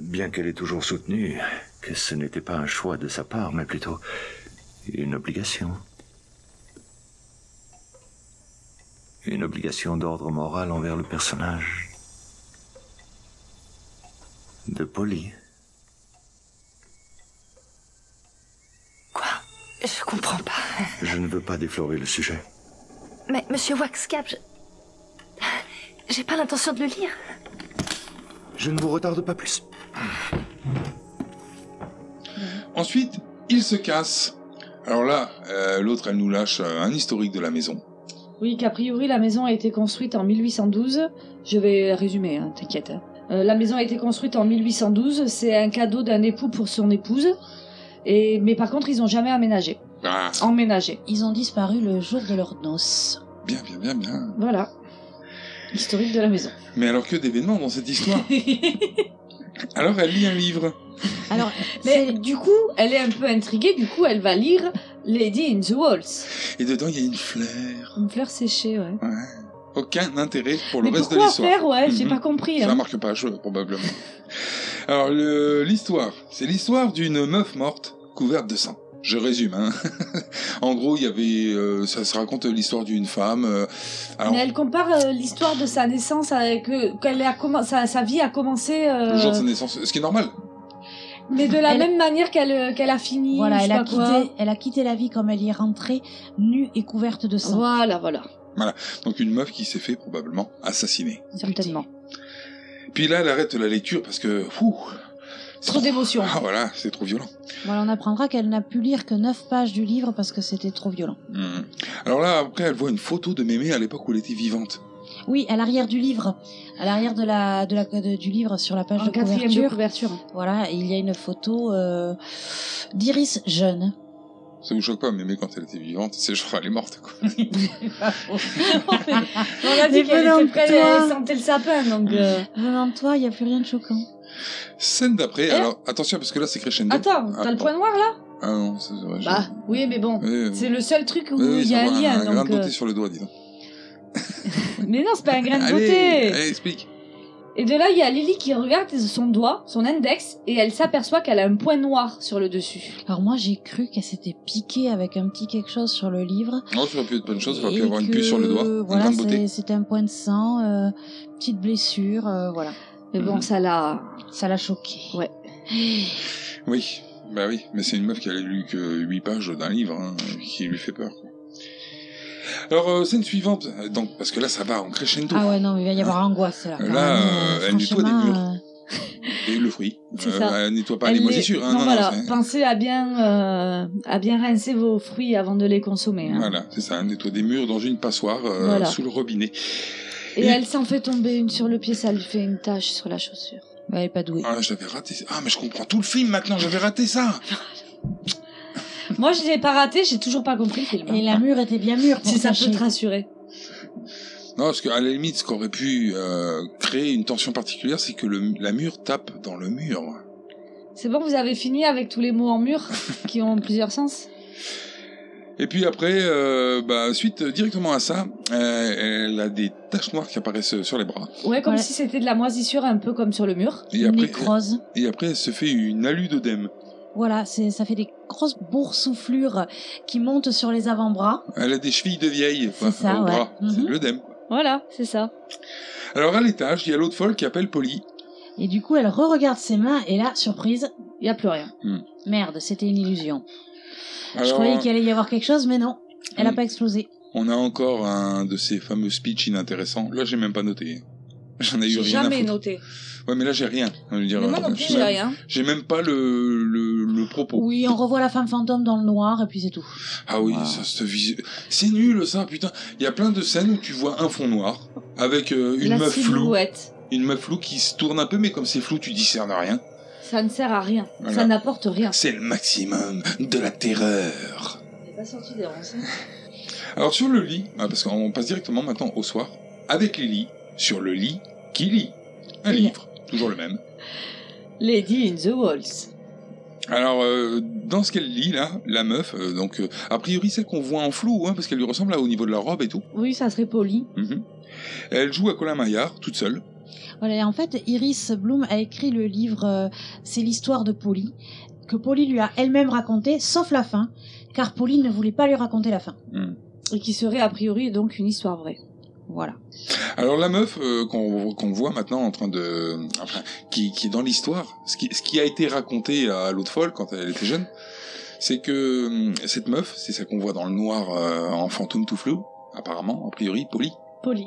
Bien qu'elle ait toujours soutenu que ce n'était pas un choix de sa part, mais plutôt une obligation. Une obligation d'ordre moral envers le personnage. De poli.
Quoi Je comprends pas.
Je ne veux pas déflorer le sujet.
Mais Monsieur Waxcap, je... J'ai pas l'intention de le lire.
Je ne vous retarde pas plus.
Ensuite, il se casse. Alors là, euh, l'autre, elle nous lâche euh, un historique de la maison.
Oui, qu'a priori, la maison a été construite en 1812. Je vais résumer, hein, t'inquiète. hein. Euh, la maison a été construite en 1812. C'est un cadeau d'un époux pour son épouse. Et, mais par contre, ils ont jamais aménagé.
Ah,
Emménagé.
Ils ont disparu le jour de leur noces.
bien, bien, bien, bien.
Voilà. Historique de la maison.
Mais alors que d'événements dans cette histoire Alors elle lit un livre.
Alors,
Mais
c'est-
du coup, elle est un peu intriguée. Du coup, elle va lire Lady in the Walls.
Et dedans, il y a une fleur.
Une fleur séchée, ouais.
Aucun intérêt pour le
mais
reste de
pourquoi
l'histoire.
faire, ouais J'ai
Mhm.
pas compris.
C'est un
hein.
marque-page, euh, probablement. Alors, le- l'histoire. C'est l'histoire d'une meuf morte couverte de sang. Je résume, hein. en gros, il y avait. euh, ça se raconte l'histoire d'une femme. euh, alors,
Mais elle compare euh, l'histoire de sa naissance avec euh, qu'elle a commen- sa, sa vie a commencé. euh,
le jour de sa naissance, ce qui est normal.
Mais de la
Elle-
même manière qu'elle euh, qu'elle a fini.
voilà,
je
elle a,
sais pas
quitté, elle a quitté la vie comme elle y est rentrée, nue et couverte
quoi.
de sang,
Voilà, voilà.
Donc, une meuf qui s'est fait probablement assassiner.
certainement.
Puis là, elle arrête la lecture parce que. Ouh, c'est
Trop d'émotions.
Ah voilà, c'est trop violent.
Voilà, on apprendra qu'elle n'a pu lire que 9 pages du livre parce que c'était trop violent.
Mhm. Alors là, après, elle voit une photo de mémé à l'époque où elle était vivante.
Oui, à l'arrière du livre, à l'arrière de la, de la, de- du livre sur la page
En
de
quatrième
couverture,
de couverture.
voilà, il y a une photo euh, d'Iris jeune.
Ça vous choque pas, mémé quand elle était vivante, c'est genre elle est morte quoi.
On a
dit Mais
dit qu'elle
qu'elle venant était
était
près de toi. de
sentait le sapin, donc. euh.
Venant de toi, il n'y a plus rien de choquant.
Scène d'après,
Eh
alors attention parce que là c'est crescendo.
Attends,
Ah,
t'as le
bon.
point noir là
Ah non, c'est vrai. je-
Bah, oui, mais bon.
Ouais,
C'est le seul truc où
ouais, ouais,
il y
ça
a
voit
un lien.
Un grain
donc,
de beauté
euh,
sur le doigt, dis donc.
Mais non, c'est pas un grain de
allez,
beauté.
allez, explique.
Et de là, il y a Lily qui regarde son doigt, son index, et elle s'aperçoit qu'elle a un point noir sur le dessus.
Alors moi, j'ai cru qu'elle s'était piquée avec un petit quelque chose sur le livre.
Non, ça aurait pu être bonne chose, ça aurait
Et
pu avoir une
que,
puce sur le doigt. un
Voilà,
grain de beauté.
c'est- c'était un point de sang, euh, petite blessure, euh, voilà.
Mais bon,
Mhm.
ça l'a.
Ça l'a choquée.
Ouais.
Oui, bah oui, mais c'est une meuf qui a lu que 8 pages d'un livre hein, qui lui fait peur. quoi. Alors, euh, scène suivante, euh, donc, parce que là, ça va en crescendo.
Ah ouais, non, mais il va y avoir angoisse là.
Là,
Vraiment,
euh, elle nettoie des
franchement, euh,
murs. Et le fruit.
C'est
Euh,
ça.
Elle nettoie pas
Elle
les
les-
moisissures. Hein,
non,
non, non,
voilà,
c'est-
pensez à bien, euh, à bien rincer vos fruits avant de les consommer. hein.
Voilà, c'est ça, elle nettoie des murs dans une passoire euh,
Voilà.
sous le robinet.
Et elle s'en fait tomber une sur le pied, ça lui fait une tache sur la chaussure. Ouais, elle est pas douée.
Ah, j'avais raté. ça. Ah, mais je comprends tout le film maintenant, j'avais raté ça.
Moi, je l'ai pas raté, j'ai toujours pas compris le film. hein.
euh, Et la mur était bien mûre pour
Ah. si ça peut
cacher.
te rassurer.
Non, parce qu'à la limite, ce qu'aurait pu euh, créer une tension particulière, c'est que le, la mur tape dans le mur.
C'est bon, vous avez fini avec tous les mots en mur qui ont plusieurs sens
Et puis après, euh, bah, suite euh, directement à ça, euh, elle a des taches noires qui apparaissent sur les bras.
Ouais, comme
Ouais.
si c'était de la moisissure un peu comme sur le mur.
Et après,
Nécrose.
et après elle se fait une alu d'œdème.
Voilà, c'est, ça fait des grosses boursouflures qui montent sur les avant-bras.
Elle a des chevilles de vieille
C'est ça,
au
ouais.
bras. C'est
Mhm.
de l'œdème. quoi.
Voilà, c'est ça.
Alors à l'étage, il y a l'autre folle qui appelle Polly.
Et du coup, elle re-regarde ses mains et là, surprise,
Il y a plus rien.
merde, c'était une illusion. Je
Hmm. Alors,
croyais qu'il allait y avoir quelque chose, mais non. Elle n'a
Mm.
pas explosé.
On a encore un de ces fameux speeches inintéressants. Là, j'ai même pas noté. hein. J'en ai eu
J'ai
rien à
jamais
foutre.
noté.
Ouais, mais là, j'ai rien. Je veux dire,
Mais moi non
euh,
plus,
j'ai
j'ai
même-
rien.
J'ai même pas le, le, le propos.
Oui, on revoit la femme fantôme dans le noir et puis c'est tout.
Ah oui,
Wow.
ça se vise. C'est nul ça, putain. Il y a plein de scènes où tu vois un fond noir avec euh, une
la
meuf floue,
silhouette.
une meuf floue qui se tourne un peu, mais comme c'est flou, tu discernes rien.
Ça ne sert à rien.
Voilà.
Ça n'apporte rien.
C'est le maximum de la terreur.
n'est pas sorti des hein. rançons.
Alors sur le lit, ah, parce qu'on passe directement maintenant au soir avec Lily sur le lit qui lit un
Il-
livre, toujours le même.
Lady in the Walls.
Alors euh, dans ce qu'elle lit là, la meuf, euh, donc euh, a priori celle qu'on voit en flou, hein, parce qu'elle lui ressemble là au niveau de la robe et tout.
Oui, ça serait poli.
Mhm. Elle joue à Colin Maillard toute seule.
Voilà, et en fait, Iris Bloom a écrit le livre euh, C'est l'histoire de Polly, que Polly lui a elle-même raconté, sauf la fin, car Polly ne voulait pas lui raconter la fin.
Et qui serait a priori donc une histoire vraie.
Voilà.
Alors la meuf euh, qu'on qu'on voit maintenant en train de, enfin, qui, qui est dans l'histoire, ce qui, ce qui a été raconté à l'autre folle quand elle était jeune, c'est que hum, cette meuf, c'est celle qu'on voit dans le noir euh, en fantôme tout flou, apparemment, a priori, Polly,
Poli.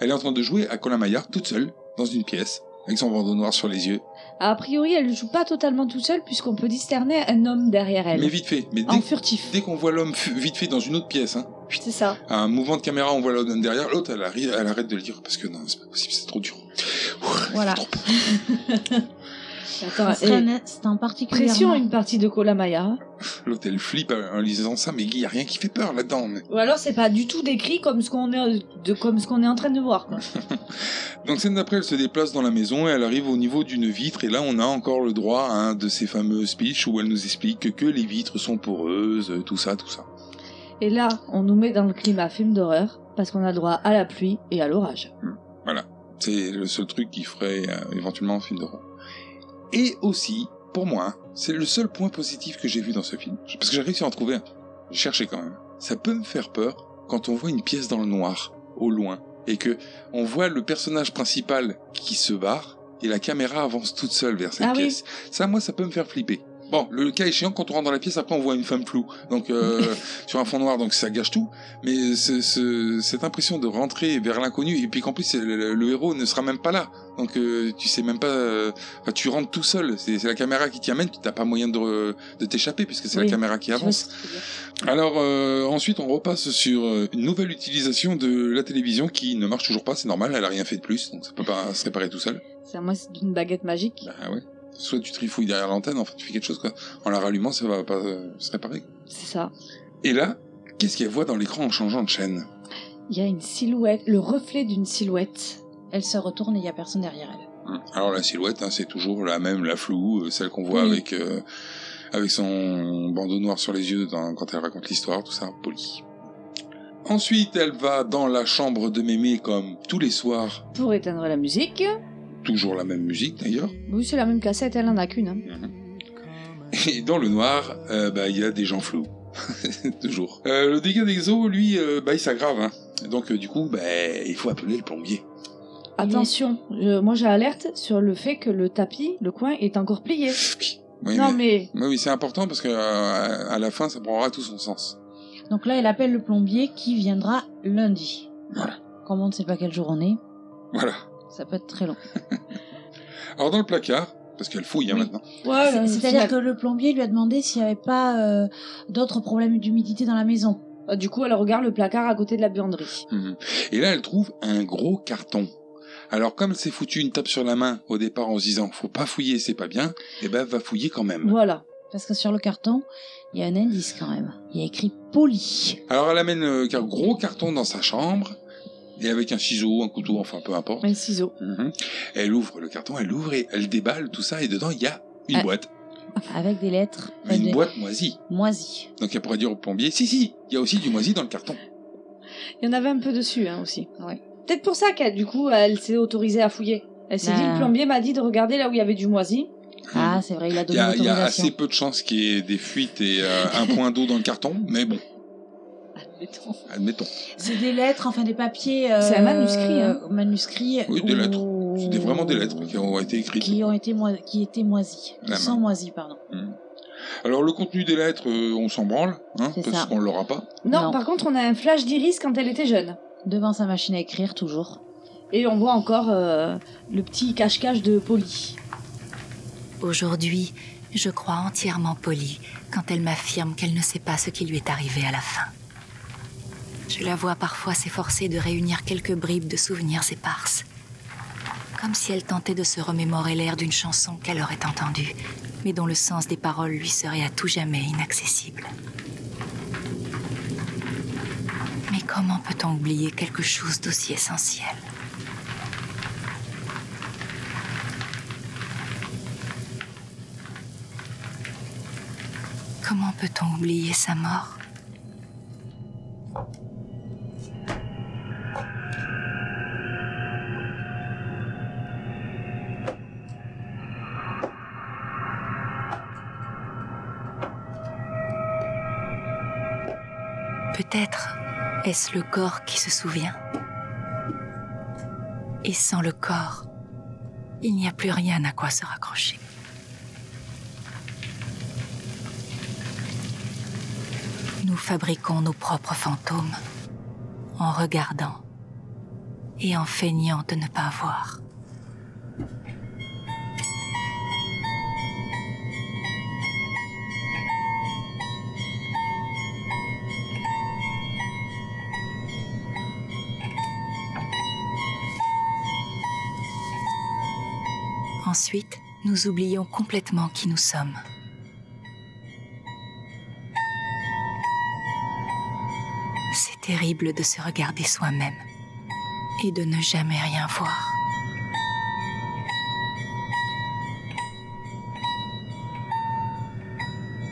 elle est en train de jouer à Colin Maillard toute seule dans une pièce avec son bandeau noir sur les yeux,
A priori, elle ne joue pas totalement toute seule puisqu'on peut discerner un homme derrière elle.
mais vite fait. Mais
en
dès,
furtif.
dès qu'on voit l'homme fu- vite fait dans une autre pièce, hein,
C'est ça.
à un mouvement de caméra, on voit l'homme derrière, l'autre, elle, arri- elle arrête de le dire parce que non, c'est pas possible, c'est trop dur.
Voilà.
Attends,
Ce serait
et
un instant particulièrement...
pression une partie de Colamaya.
L'autre, elle flippe en lisant ça, mais il y a rien qui fait peur là-dedans. mais-
Ou alors c'est pas du tout décrit comme ce qu'on est, de, comme ce qu'on est en train de voir. Quoi.
Donc scène d'après, elle se déplace dans la maison et elle arrive au niveau d'une vitre et là on a encore le droit à un de ces fameux speeches où elle nous explique que les vitres sont poreuses, euh, tout ça, tout ça.
Et là, on nous met dans le climat film d'horreur parce qu'on a droit à la pluie et à l'orage.
Ah C'est le seul truc qui ferait euh, éventuellement un film d'horreur. Et aussi, pour moi, hein, c'est le seul point positif que j'ai vu dans ce film. Parce que j'ai réussi à en trouver un. J'ai cherché quand même. Ça peut me faire peur quand on voit une pièce dans le noir, au loin, et que on voit le personnage principal qui se barre et la caméra avance toute seule vers cette
Ah oui.
pièce. Ça, moi, ça peut me faire flipper. Bon, le cas échéant, quand on rentre dans la pièce, après on voit une femme floue, donc euh, sur un fond noir, donc ça gâche tout. Mais ce- ce- cette impression de rentrer vers l'inconnu, et puis qu'en plus le, le- le héros ne sera même pas là, donc euh, tu sais même pas. euh, enfin, tu rentres tout seul. C'est c'est la caméra qui t'y amène. Tu n'as pas moyen de, re- de t'échapper puisque c'est
Oui,
la caméra qui
Tu vois
avance.
ce que je veux dire
Alors euh, ensuite, on repasse sur euh, une nouvelle utilisation de la télévision qui ne marche toujours pas. C'est normal, elle a rien fait de plus, donc ça peut pas se réparer tout seul.
C'est à moi, c'est d'une baguette magique.
Bah ouais. Soit tu trifouilles derrière l'antenne, enfin tu fais quelque chose quoi. En la rallumant, ça va pas euh, se réparer.
C'est ça.
Et là, qu'est-ce qu'elle voit dans l'écran en changeant de chaîne
Il y a une silhouette, le reflet d'une silhouette.
Elle se retourne et il n'y a personne derrière elle.
Hum. Alors la silhouette, hein, c'est toujours la même, la floue, euh, celle qu'on voit
Oui.
avec euh, avec son bandeau noir sur les yeux dans- quand elle raconte l'histoire, tout ça, poli. Ensuite, elle va dans la chambre de Mémé comme tous les soirs,
Pour éteindre la musique.
toujours la même musique d'ailleurs.
Oui, c'est la même cassette, elle en a qu'une. hein.
Et dans le noir, euh, bah, il y a des gens flous. Toujours. Euh, le dégât des eaux, lui, euh, bah, il s'aggrave. hein. Donc, euh, du coup, bah, il faut appeler le plombier.
Attention, je- moi j'alerte sur le fait que le tapis, le coin, est encore plié.
Oui,
non
mais...
mais,
Oui, oui, c'est important parce que euh, à la fin, ça prendra tout son sens.
Donc là, elle appelle le plombier qui viendra lundi.
Voilà.
Comme on ne sait pas quel jour on est,
Voilà.
ça peut être très long.
Alors dans le placard, parce qu'elle fouille hein,
Oui.
maintenant.
Ouais,
C'est-
le
C'est-à-dire
Euh, final-
que le plombier lui a demandé s'il n'y avait pas euh, d'autres problèmes d'humidité dans la maison.
Euh, Du coup, elle regarde le placard à côté de la buanderie.
Mhm. Et là, elle trouve un gros carton. Alors, comme c'est foutu une tape sur la main au départ en se disant faut pas fouiller, c'est pas bien, eh ben va fouiller quand même.
Voilà.
Parce que sur le carton, il y a un indice quand même. Il y a écrit poli.
Alors, elle amène euh, un gros carton dans sa chambre et avec un ciseau, un couteau, enfin peu importe.
Un ciseau.
Mhm. Elle ouvre le carton, elle ouvre et elle déballe tout ça et dedans il y a une
Ah.
boîte,
Avec des lettres
Mais une
de-
boîte moisie.
moisies.
Donc elle pourrait dire au plombier si si, il y a aussi du moisi dans le carton.
Il y en avait un peu dessus hein, aussi.
Ouais.
Peut-être pour ça qu'elle, du coup, elle s'est autorisée à fouiller. Elle s'est dit,
Ah.
le plombier m'a dit de regarder là où il y avait du moisi.
Ah, c'est vrai, il a
Il
donné
y, a- il y a
l'autorisation.
assez peu de chances qu'il y ait des fuites et euh, un point d'eau dans le carton, mais bon,
Admettons.
admettons.
C'est des lettres, enfin des papiers. euh,
C'est un manuscrit, hein.
Manuscrit.
Oui, des
où-
lettres.
Oh.
C'était vraiment des lettres qui ont été écrites. Ah,
Qui ont été moi- qui étaient moisies.
La
Sans
main.
moisies, pardon.
Alors le contenu des lettres, euh, on s'en branle, hein,
C'est
parce
ça.
qu'on l'aura pas.
Non,
Non.
par contre, on a un flash d'Iris quand elle était jeune.
Devant sa machine à écrire, toujours.
Et on voit encore euh, le petit cache-cache de Polly.
Aujourd'hui, je crois entièrement Polly quand elle m'affirme qu'elle ne sait pas ce qui lui est arrivé à la fin. Je la vois parfois s'efforcer de réunir quelques bribes de souvenirs éparses, comme si elle tentait de se remémorer l'air d'une chanson qu'elle aurait entendue, mais dont le sens des paroles lui serait à tout jamais inaccessible. Mais comment peut-on oublier quelque chose d'aussi essentiel Comment peut-on oublier sa mort Peut-être est-ce le corps qui se souvient. Et sans le corps, il n'y a plus rien à quoi se raccrocher. Nous fabriquons nos propres fantômes en regardant et en feignant de ne pas voir. Ensuite, nous oublions complètement qui nous sommes. C'est terrible de se regarder soi-même et de ne jamais rien voir.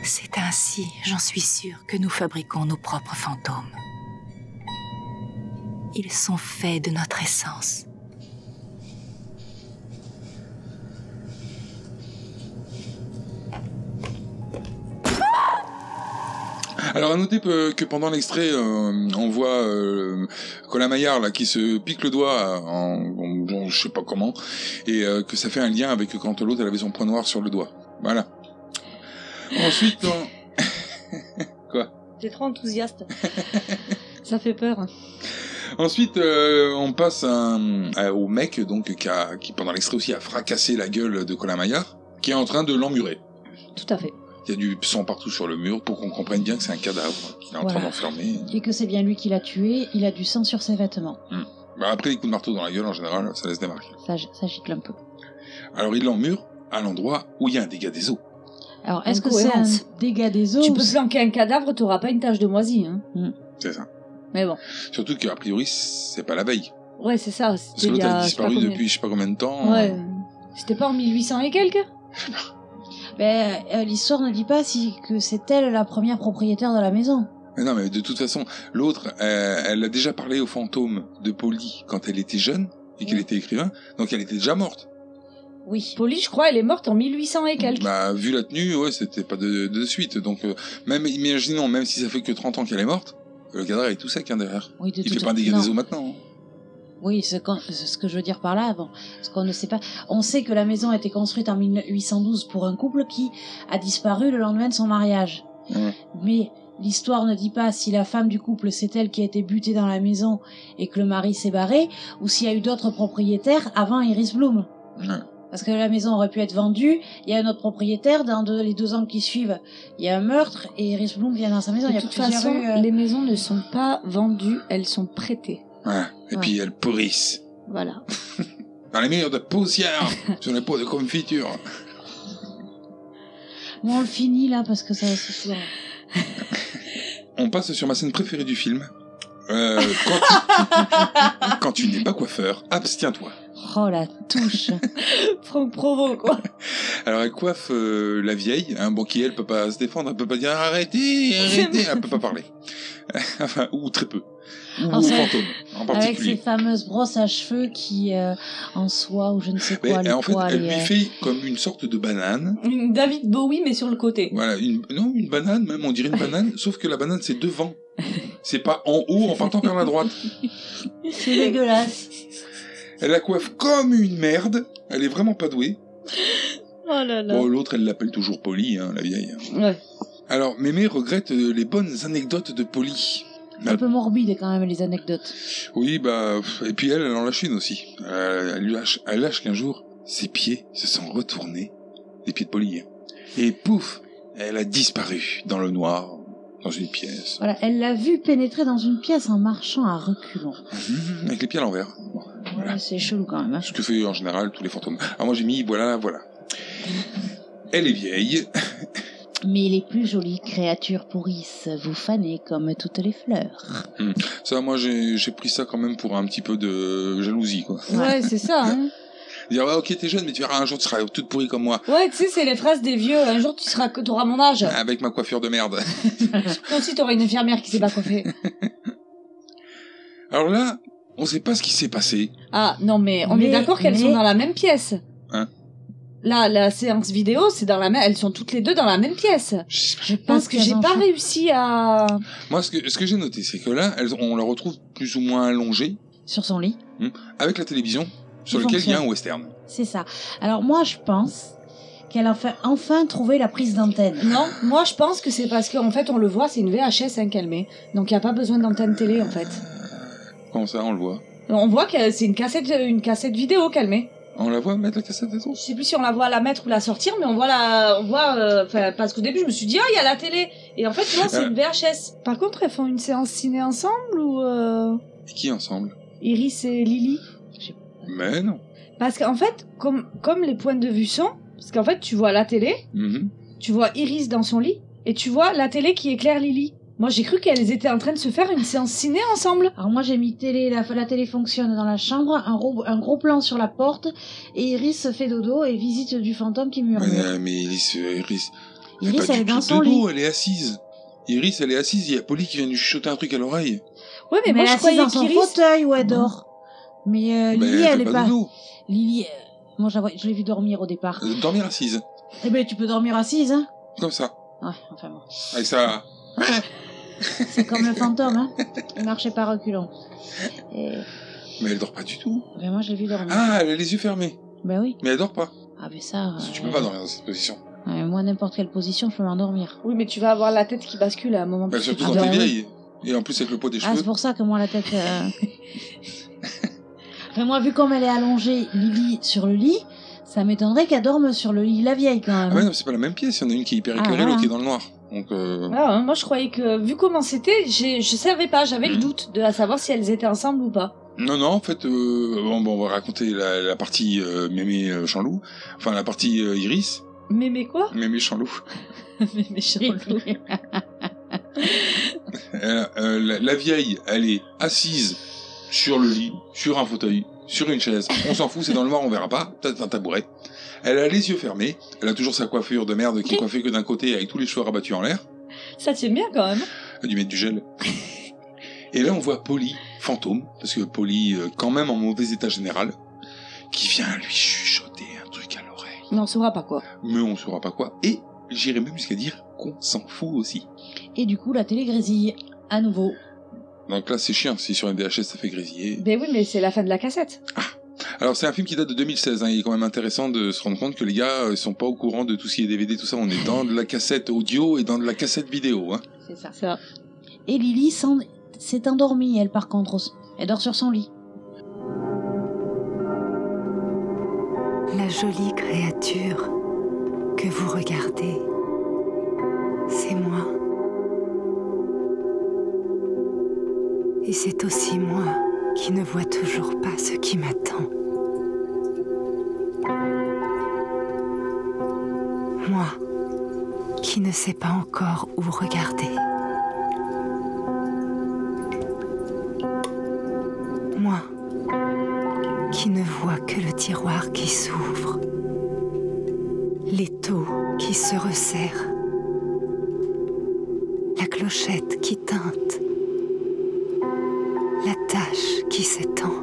C'est ainsi, j'en suis sûre, que nous fabriquons nos propres fantômes. Ils sont faits de notre essence.
Alors à noter euh, que pendant l'extrait, euh, on voit euh, Colin Maillard là qui se pique le doigt en, en- en- je sais pas comment, et euh, que ça fait un lien avec quand l'autre elle avait son point noir sur le doigt. Voilà. Ensuite, on-
T'es trop enthousiaste. ça fait peur. hein.
Ensuite, euh, on passe à- à- au mec donc qui, a- qui, pendant l'extrait aussi a fracassé la gueule de Colin Maillard, qui est en train de l'emmurer.
Tout à fait.
Il y a du sang partout sur le mur pour qu'on comprenne bien que c'est un cadavre qu'il est en train
Voilà.
d'enfermer.
Et que c'est bien lui qui l'a tué, il a du sang sur ses vêtements.
Bah, après les coups de marteau dans la gueule en général, ça laisse des marques.
Ça, ça gicle un peu.
Alors il l'emmure à l'endroit où il y a un dégât des eaux.
Alors, est-ce que c'est un
Incohérence.
dégât des eaux
Tu
ou
peux
c'est-
planquer un cadavre, t'auras pas une tache de moisie. Hein.
C'est ça.
Mais bon.
Surtout qu'a priori, c'est pas la veille.
Ouais, c'est ça.
Parce
C'était
que
il y
l'autre
a.
a
je sais pas
disparu
combien.
depuis je sais pas combien de temps.
Ouais. C'était pas en 1800 et quelques
Ben, euh, l'histoire ne dit pas si que c'est elle la première propriétaire de la maison.
Mais non, mais de toute façon, l'autre, euh, elle a déjà parlé au fantôme de Polly quand elle était jeune et qu'elle était écrivain, donc elle était déjà morte.
Oui.
Polly, je crois, elle est morte en 1800 et quelques.
Bah, vu la tenue, ouais, c'était pas de, de suite. Donc, euh, même, imaginons, même si ça fait que 30 ans qu'elle est morte, le cadavre est tout sec hein, derrière.
Oui, de
Il
toute-
fait pas un dégât
non.
des eaux maintenant. hein.
Oui, ce, qu'on- c'est ce que je veux dire par là, bon, ce qu'on ne sait pas. On sait que la maison a été construite en 1812 pour un couple qui a disparu le lendemain de son mariage.
Ouais.
Mais L'histoire ne dit pas si la femme du couple c'est elle qui a été butée dans la maison et que le mari s'est barré, ou s'il y a eu d'autres propriétaires avant Iris Bloom.
Ouais.
Parce que la maison aurait pu être vendue, il y a un autre propriétaire, dans deux- les deux ans qui suivent, il y a un meurtre et Iris Bloom vient dans sa maison. Il y
De
a
toute
plusieurs
façon,
rues, euh,
les maisons ne sont pas vendues, elles sont prêtées.
Ouais. Et
Ouais.
puis elles pourrissent.
Voilà.
Dans les murs de poussière, sur les pots de confiture.
Bon, on le finit là parce que ça va se foudre.
On passe sur ma scène préférée du film. Euh, quand tu, quand tu n'es pas coiffeur, abstiens-toi.
Oh la touche
Franck Provo, quoi.
Alors elle coiffe euh, la vieille, hein, bon qui elle peut pas se défendre, elle peut pas dire arrêtez, arrêtez, elle peut pas parler. Enfin, ou très peu. Ou,
Ah,
ou
ça-
fantôme, en
Avec ces
particulier.
fameuses brosses à cheveux qui, euh, en soie ou je ne sais
Mais
quoi, les
en fait,
poils,
elle
et,
lui
euh,
fait comme une sorte de banane.
Une David Bowie, mais sur le côté.
Voilà, une, non, une banane même, on dirait une banane, sauf que la banane c'est devant. C'est pas en haut en partant vers la droite.
C'est dégueulasse.
Elle la coiffe comme une merde, elle est vraiment pas douée.
Oh là là.
Bon, l'autre elle l'appelle toujours Polly, hein, la vieille.
Ouais.
Alors, Mémé regrette euh, les bonnes anecdotes de Polly.
Un peu morbide quand même les anecdotes.
Oui, bah, pff, et puis elle, elle en lâche une aussi. Euh, elle, lui lâche, elle lâche qu'un jour, ses pieds se sont retournés, les pieds de Polly, hein. et pouf, elle a disparu dans le noir, dans une pièce,
Voilà, elle l'a vu pénétrer dans une pièce en marchant à reculons.
avec les pieds à l'envers. Bon,
Ouais, c'est chelou quand même. hein.
ce que fait en général tous les fantômes. Alors moi j'ai mis, voilà, voilà. Elle est vieille,
hein. Mais les plus jolies créatures pourrissent, vous fanez comme toutes les fleurs.
ça moi j'ai j'ai pris ça quand même pour un petit peu de jalousie, quoi.
Ouais, c'est ça. Hein.
Dire, ouais, ok, t'es jeune, mais tu verras, un jour tu seras toute pourrie comme moi,
Ouais, tu sais, c'est les phrases des vieux. Un jour, tu seras, auras mon âge.
avec ma coiffure de merde.
Toi aussi, t'auras une infirmière qui s'est pas coiffée.
Alors là, on sait pas ce qui s'est passé.
Ah, non, mais on
Mais-
est d'accord qu'elles
mais-
sont dans la même pièce.
Hein
Là, la séance vidéo, c'est dans la même. Elles sont toutes les deux dans la même pièce.
Je sais pas.
Je pense
Parce que
qu'elles
j'ai
en
pas
font-
réussi à.
Moi, ce que, ce que j'ai noté, c'est que là, elles- on la retrouve plus ou moins allongée
sur son lit.
avec la télévision sur
Ils
laquelle il y a
fonctionnent.
un western.
C'est ça. Alors moi je pense qu'elle a enfin, enfin trouvé la prise d'antenne.
Non, moi je pense que c'est parce qu'en fait on le voit, c'est une VHS incalmée. hein, Donc il n'y a pas besoin d'antenne télé en fait.
Comment ça, on le voit
On voit que c'est une cassette, euh, une cassette vidéo calmée.
On la voit mettre la cassette des
Je sais plus si on la voit la mettre ou la sortir, mais on voit la, on voit, euh, 'fin, parce qu'au début je me suis dit ah il y a la télé. Et en fait non c'est
Euh.
une VHS. Par contre elles font une séance ciné ensemble ou euh,
Et qui ensemble
Iris et Lily
Mais non.
Parce qu'en fait comme comme les points de vue sont, parce qu'en fait tu vois la télé,
Mhm.
tu vois Iris dans son lit et tu vois la télé qui éclaire Lily. Moi j'ai cru qu'elles étaient en train de se faire une séance ciné ensemble.
Alors moi j'ai mis télé, la, la télé fonctionne dans la chambre, un gros, un gros plan sur la porte, et Iris se fait dodo et visite du fantôme qui
Mais,
murmure.
euh, mais Iris, euh, Iris,
Iris,
pas
elle
du
est dans
tout
son
de dos,
lit.
elle est assise. Iris, elle est assise, il y a Polly qui vient lui chuchoter un truc à l'oreille.
Ouais, mais, moi
Mais, elle est
je
assise
croyais
dans son
qu'Iris.
fauteuil où elle dort. Mais euh,
Mais
Lily,
fait
elle est pas.
de dos.
Lily, euh, moi je la vois- je l'ai vu dormir au départ.
Euh, Dormir assise,
Eh ben tu peux dormir assise, hein
comme ça.
Ouais, enfin bon.
Avec ça.
C'est comme le fantôme, hein Il marchait pas reculant. Et...
Mais elle dort pas du tout.
Ben moi je l'ai vu dormir.
Ah, elle a les yeux fermés.
Ben oui.
Mais elle dort pas.
Ah ben ça.
Tu
euh,
peux pas dormir dans cette position.
ouais, moi n'importe quelle position je peux m'endormir.
Oui, mais tu vas avoir la tête qui bascule à un moment.
Bah, surtout
Ah
quand
bah
t'es
oui.
vieille. Et en plus avec le poids des
Ah c'est
cheveux.
pour ça que moi la tête. euh, Après moi vu comme elle est allongée Lily sur le lit, ça m'étonnerait qu'elle dorme sur le lit la vieille quand
Ah ouais,
même.
non, c'est pas la même pièce. Il y en a une qui est hyper
Ah,
éclairée, l'autre
voilà.
qui est dans le noir. Donc, euh,
Ah, hein, moi je croyais que vu comment c'était, j'ai- je savais pas, j'avais le doute de à savoir si elles étaient ensemble ou pas.
non, non, en fait, euh, bon, bon, on va raconter la, la partie euh, mémé euh, Chanlou, enfin la partie euh, Iris,
Mais mais quoi
mémé Chanlou. Ah
Mais mais Chanlou.
Euh, euh, la, la vieille, elle est assise sur le lit, sur un fauteuil, sur une chaise. On s'en fout, c'est dans le noir, on verra pas. Peut-être un tabouret. Elle a les yeux fermés. Elle a toujours sa coiffure de merde qui est coiffée que d'un côté avec tous les cheveux rabattus en l'air.
Ça tient bien quand même.
Elle a dû mettre du gel. Et là, on voit Polly, fantôme, parce que Polly, euh, quand même en mauvais état général, qui vient lui chuchoter un truc à l'oreille.
On n'en saura pas quoi.
Mais on saura pas quoi. Et j'irais même jusqu'à dire qu'on s'en fout aussi.
Et du coup la télé grésille à nouveau.
Donc là, c'est chiant. Si sur une VHS, ça fait grésiller.
Ben oui, mais c'est la fin de la cassette.
Alors c'est un film qui date de 2016. hein. Il est quand même intéressant de se rendre compte que les gars euh, sont pas au courant de tout ce qui est DVD, tout ça. On est dans de la cassette audio et dans de la cassette vidéo. Hein.
C'est ça. Et Lily s'en- s'est endormie, elle, par contre. aussi. Elle dort sur son lit.
La jolie créature que vous regardez, c'est moi. Et c'est aussi moi qui ne vois toujours pas ce qui m'attend. Moi qui ne sais pas encore où regarder. Moi qui ne voit que le tiroir qui s'ouvre, l'étau qui se resserre, la clochette qui teinte, la tache qui s'étend,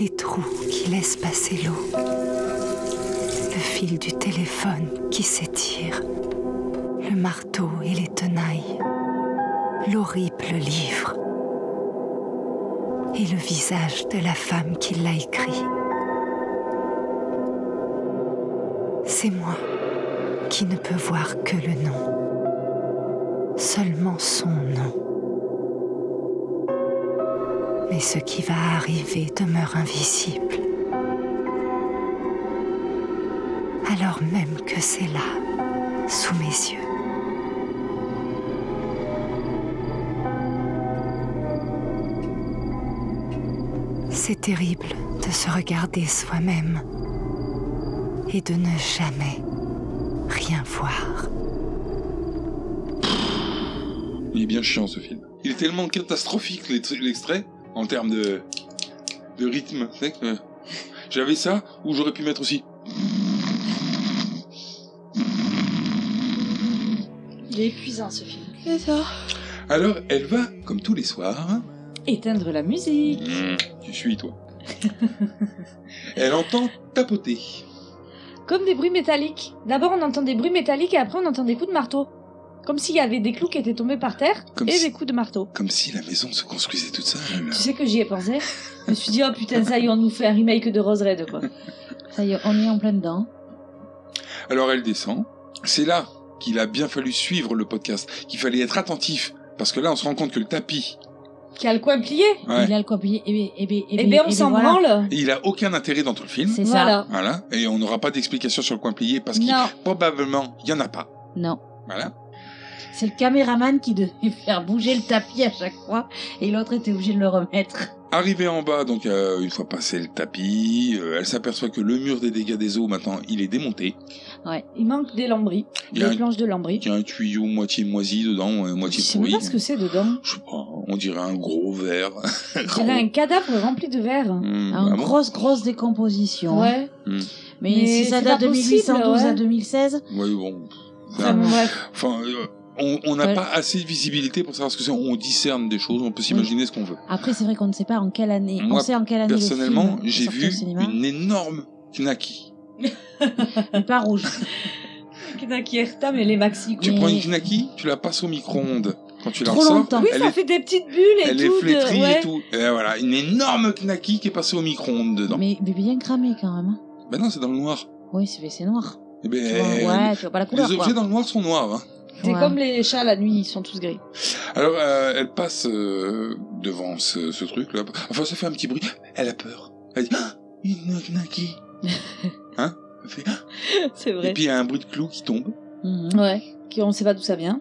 les trous qui laissent passer l'eau, le fil du téléphone qui s'étire, le marteau et les tenailles, l'horrible livre et le visage de la femme qui l'a écrit. C'est moi qui ne peux voir que le nom, seulement son nom. Mais ce qui va arriver demeure invisible, alors même que c'est là, sous mes yeux. C'est terrible de se regarder soi-même et de ne jamais rien voir.
Il est bien chiant ce film. Il est tellement catastrophique les tru- l'extrait en termes de de rythme. Tu sais que, euh, J'avais ça ou j'aurais pu mettre aussi.
Il est épuisant ce film.
Alors elle va comme tous les soirs. hein.
Éteindre la musique.
Tu suis toi. elle entend tapoter.
Comme des bruits métalliques. D'abord on entend des bruits métalliques et après on entend des coups de marteau. Comme s'il y avait des clous qui étaient tombés par terre
Comme
et
si-
des coups de marteau.
Comme si la maison se construisait toute seule.
Tu sais que j'y ai pensé Je me suis dit, oh putain, ça y est, on nous fait un remake de Rose Red, quoi.
Ça y est, on y est en plein dedans.
Alors elle descend. C'est là qu'il a bien fallu suivre le podcast, qu'il fallait être attentif. Parce que là, on se rend compte que le tapis,
Qui a le coin plié
Ouais.
Il a le quoi plié. Et bien, et ben- et
Eh
ben-
ben,
et
on
ben
s'en
voilà.
branle.
il a aucun intérêt dans tout le film.
C'est ça.
Voilà.
Voilà. Et on n'aura pas d'explication sur le coin plié parce qu'il
Non.
probablement, il y en a pas.
Non.
Voilà.
C'est le caméraman qui devait faire bouger le tapis à chaque fois et l'autre était obligé de le remettre.
Arrivée en bas, donc euh, une fois passé le tapis, euh, elle s'aperçoit que le mur des dégâts des eaux, maintenant, il est démonté.
Il manque des lambris.
Il y a
Des
un,
planches de lambris.
il y a un tuyau moitié moisi dedans, euh,
Je
moitié
sais même
pourri.
pas ce que c'est dedans.
Je sais pas, on dirait un gros verre.
Je dirais un cadavre rempli de verre.
Hmm,
En
ah bon
grosse, grosse décomposition. hein.
Ouais.
Mais,
Mais
si ça
c'est
date
pas
de
possible,
1812 à
ouais.
2016,
Ouais, bon. Ah
Enfin, bon, bref.
Enfin, euh, on on n'a
Ouais.
pas assez de visibilité pour savoir ce que c'est. On discerne des choses, on peut s'imaginer ce qu'on veut.
après c'est vrai qu'on ne sait pas en quelle année.
Moi,
on sait en quelle année. le film
Personnellement,
est
j'ai
sorti
vu
au cinéma,
une énorme knaki.
mais pas rouge.
Knaki Erta, mais les maxi, quoi.
Tu
Mais-
prends une knaki, tu la passes au micro-ondes. Quand tu la
Trop
ressors,
longtemps.
Oui,
elle
ça
est,
fait des petites bulles et
elle est
tout. de-
flétrie
ouais.
et tout. Et voilà, une énorme knaki qui est passée au micro-ondes dedans.
Mais, mais bien cramé quand même. hein.
Ben non, c'est dans le noir.
Oui, c'est mais c'est noir.
Eh ben,
Tu vois, ouais, tu vois pas la couleur.
les
quoi.
objets dans le noir sont noirs. hein.
C'est
Ouais.
comme les chats la nuit, ils sont tous gris.
Alors, euh, elle passe euh, devant ce, ce truc-là. Enfin, ça fait un petit bruit. Elle a peur. Elle dit Ah, Une knaki. hein Elle fait, Ah
C'est
Et puis, il y a un bruit de clou qui tombe.
Mhm.
Ouais. Qui, on sait pas d'où ça vient.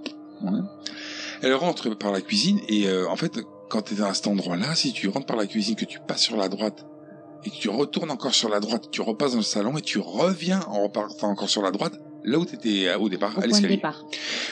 Elle rentre par la cuisine et euh, en fait, quand tu es à cet endroit-là, si tu rentres par la cuisine, que tu passes sur la droite et que tu retournes encore sur la droite, tu repasses dans le salon et tu reviens en repartant encore sur la droite, là où tu étais au départ,
Au
à
point de
l'escalier.
départ.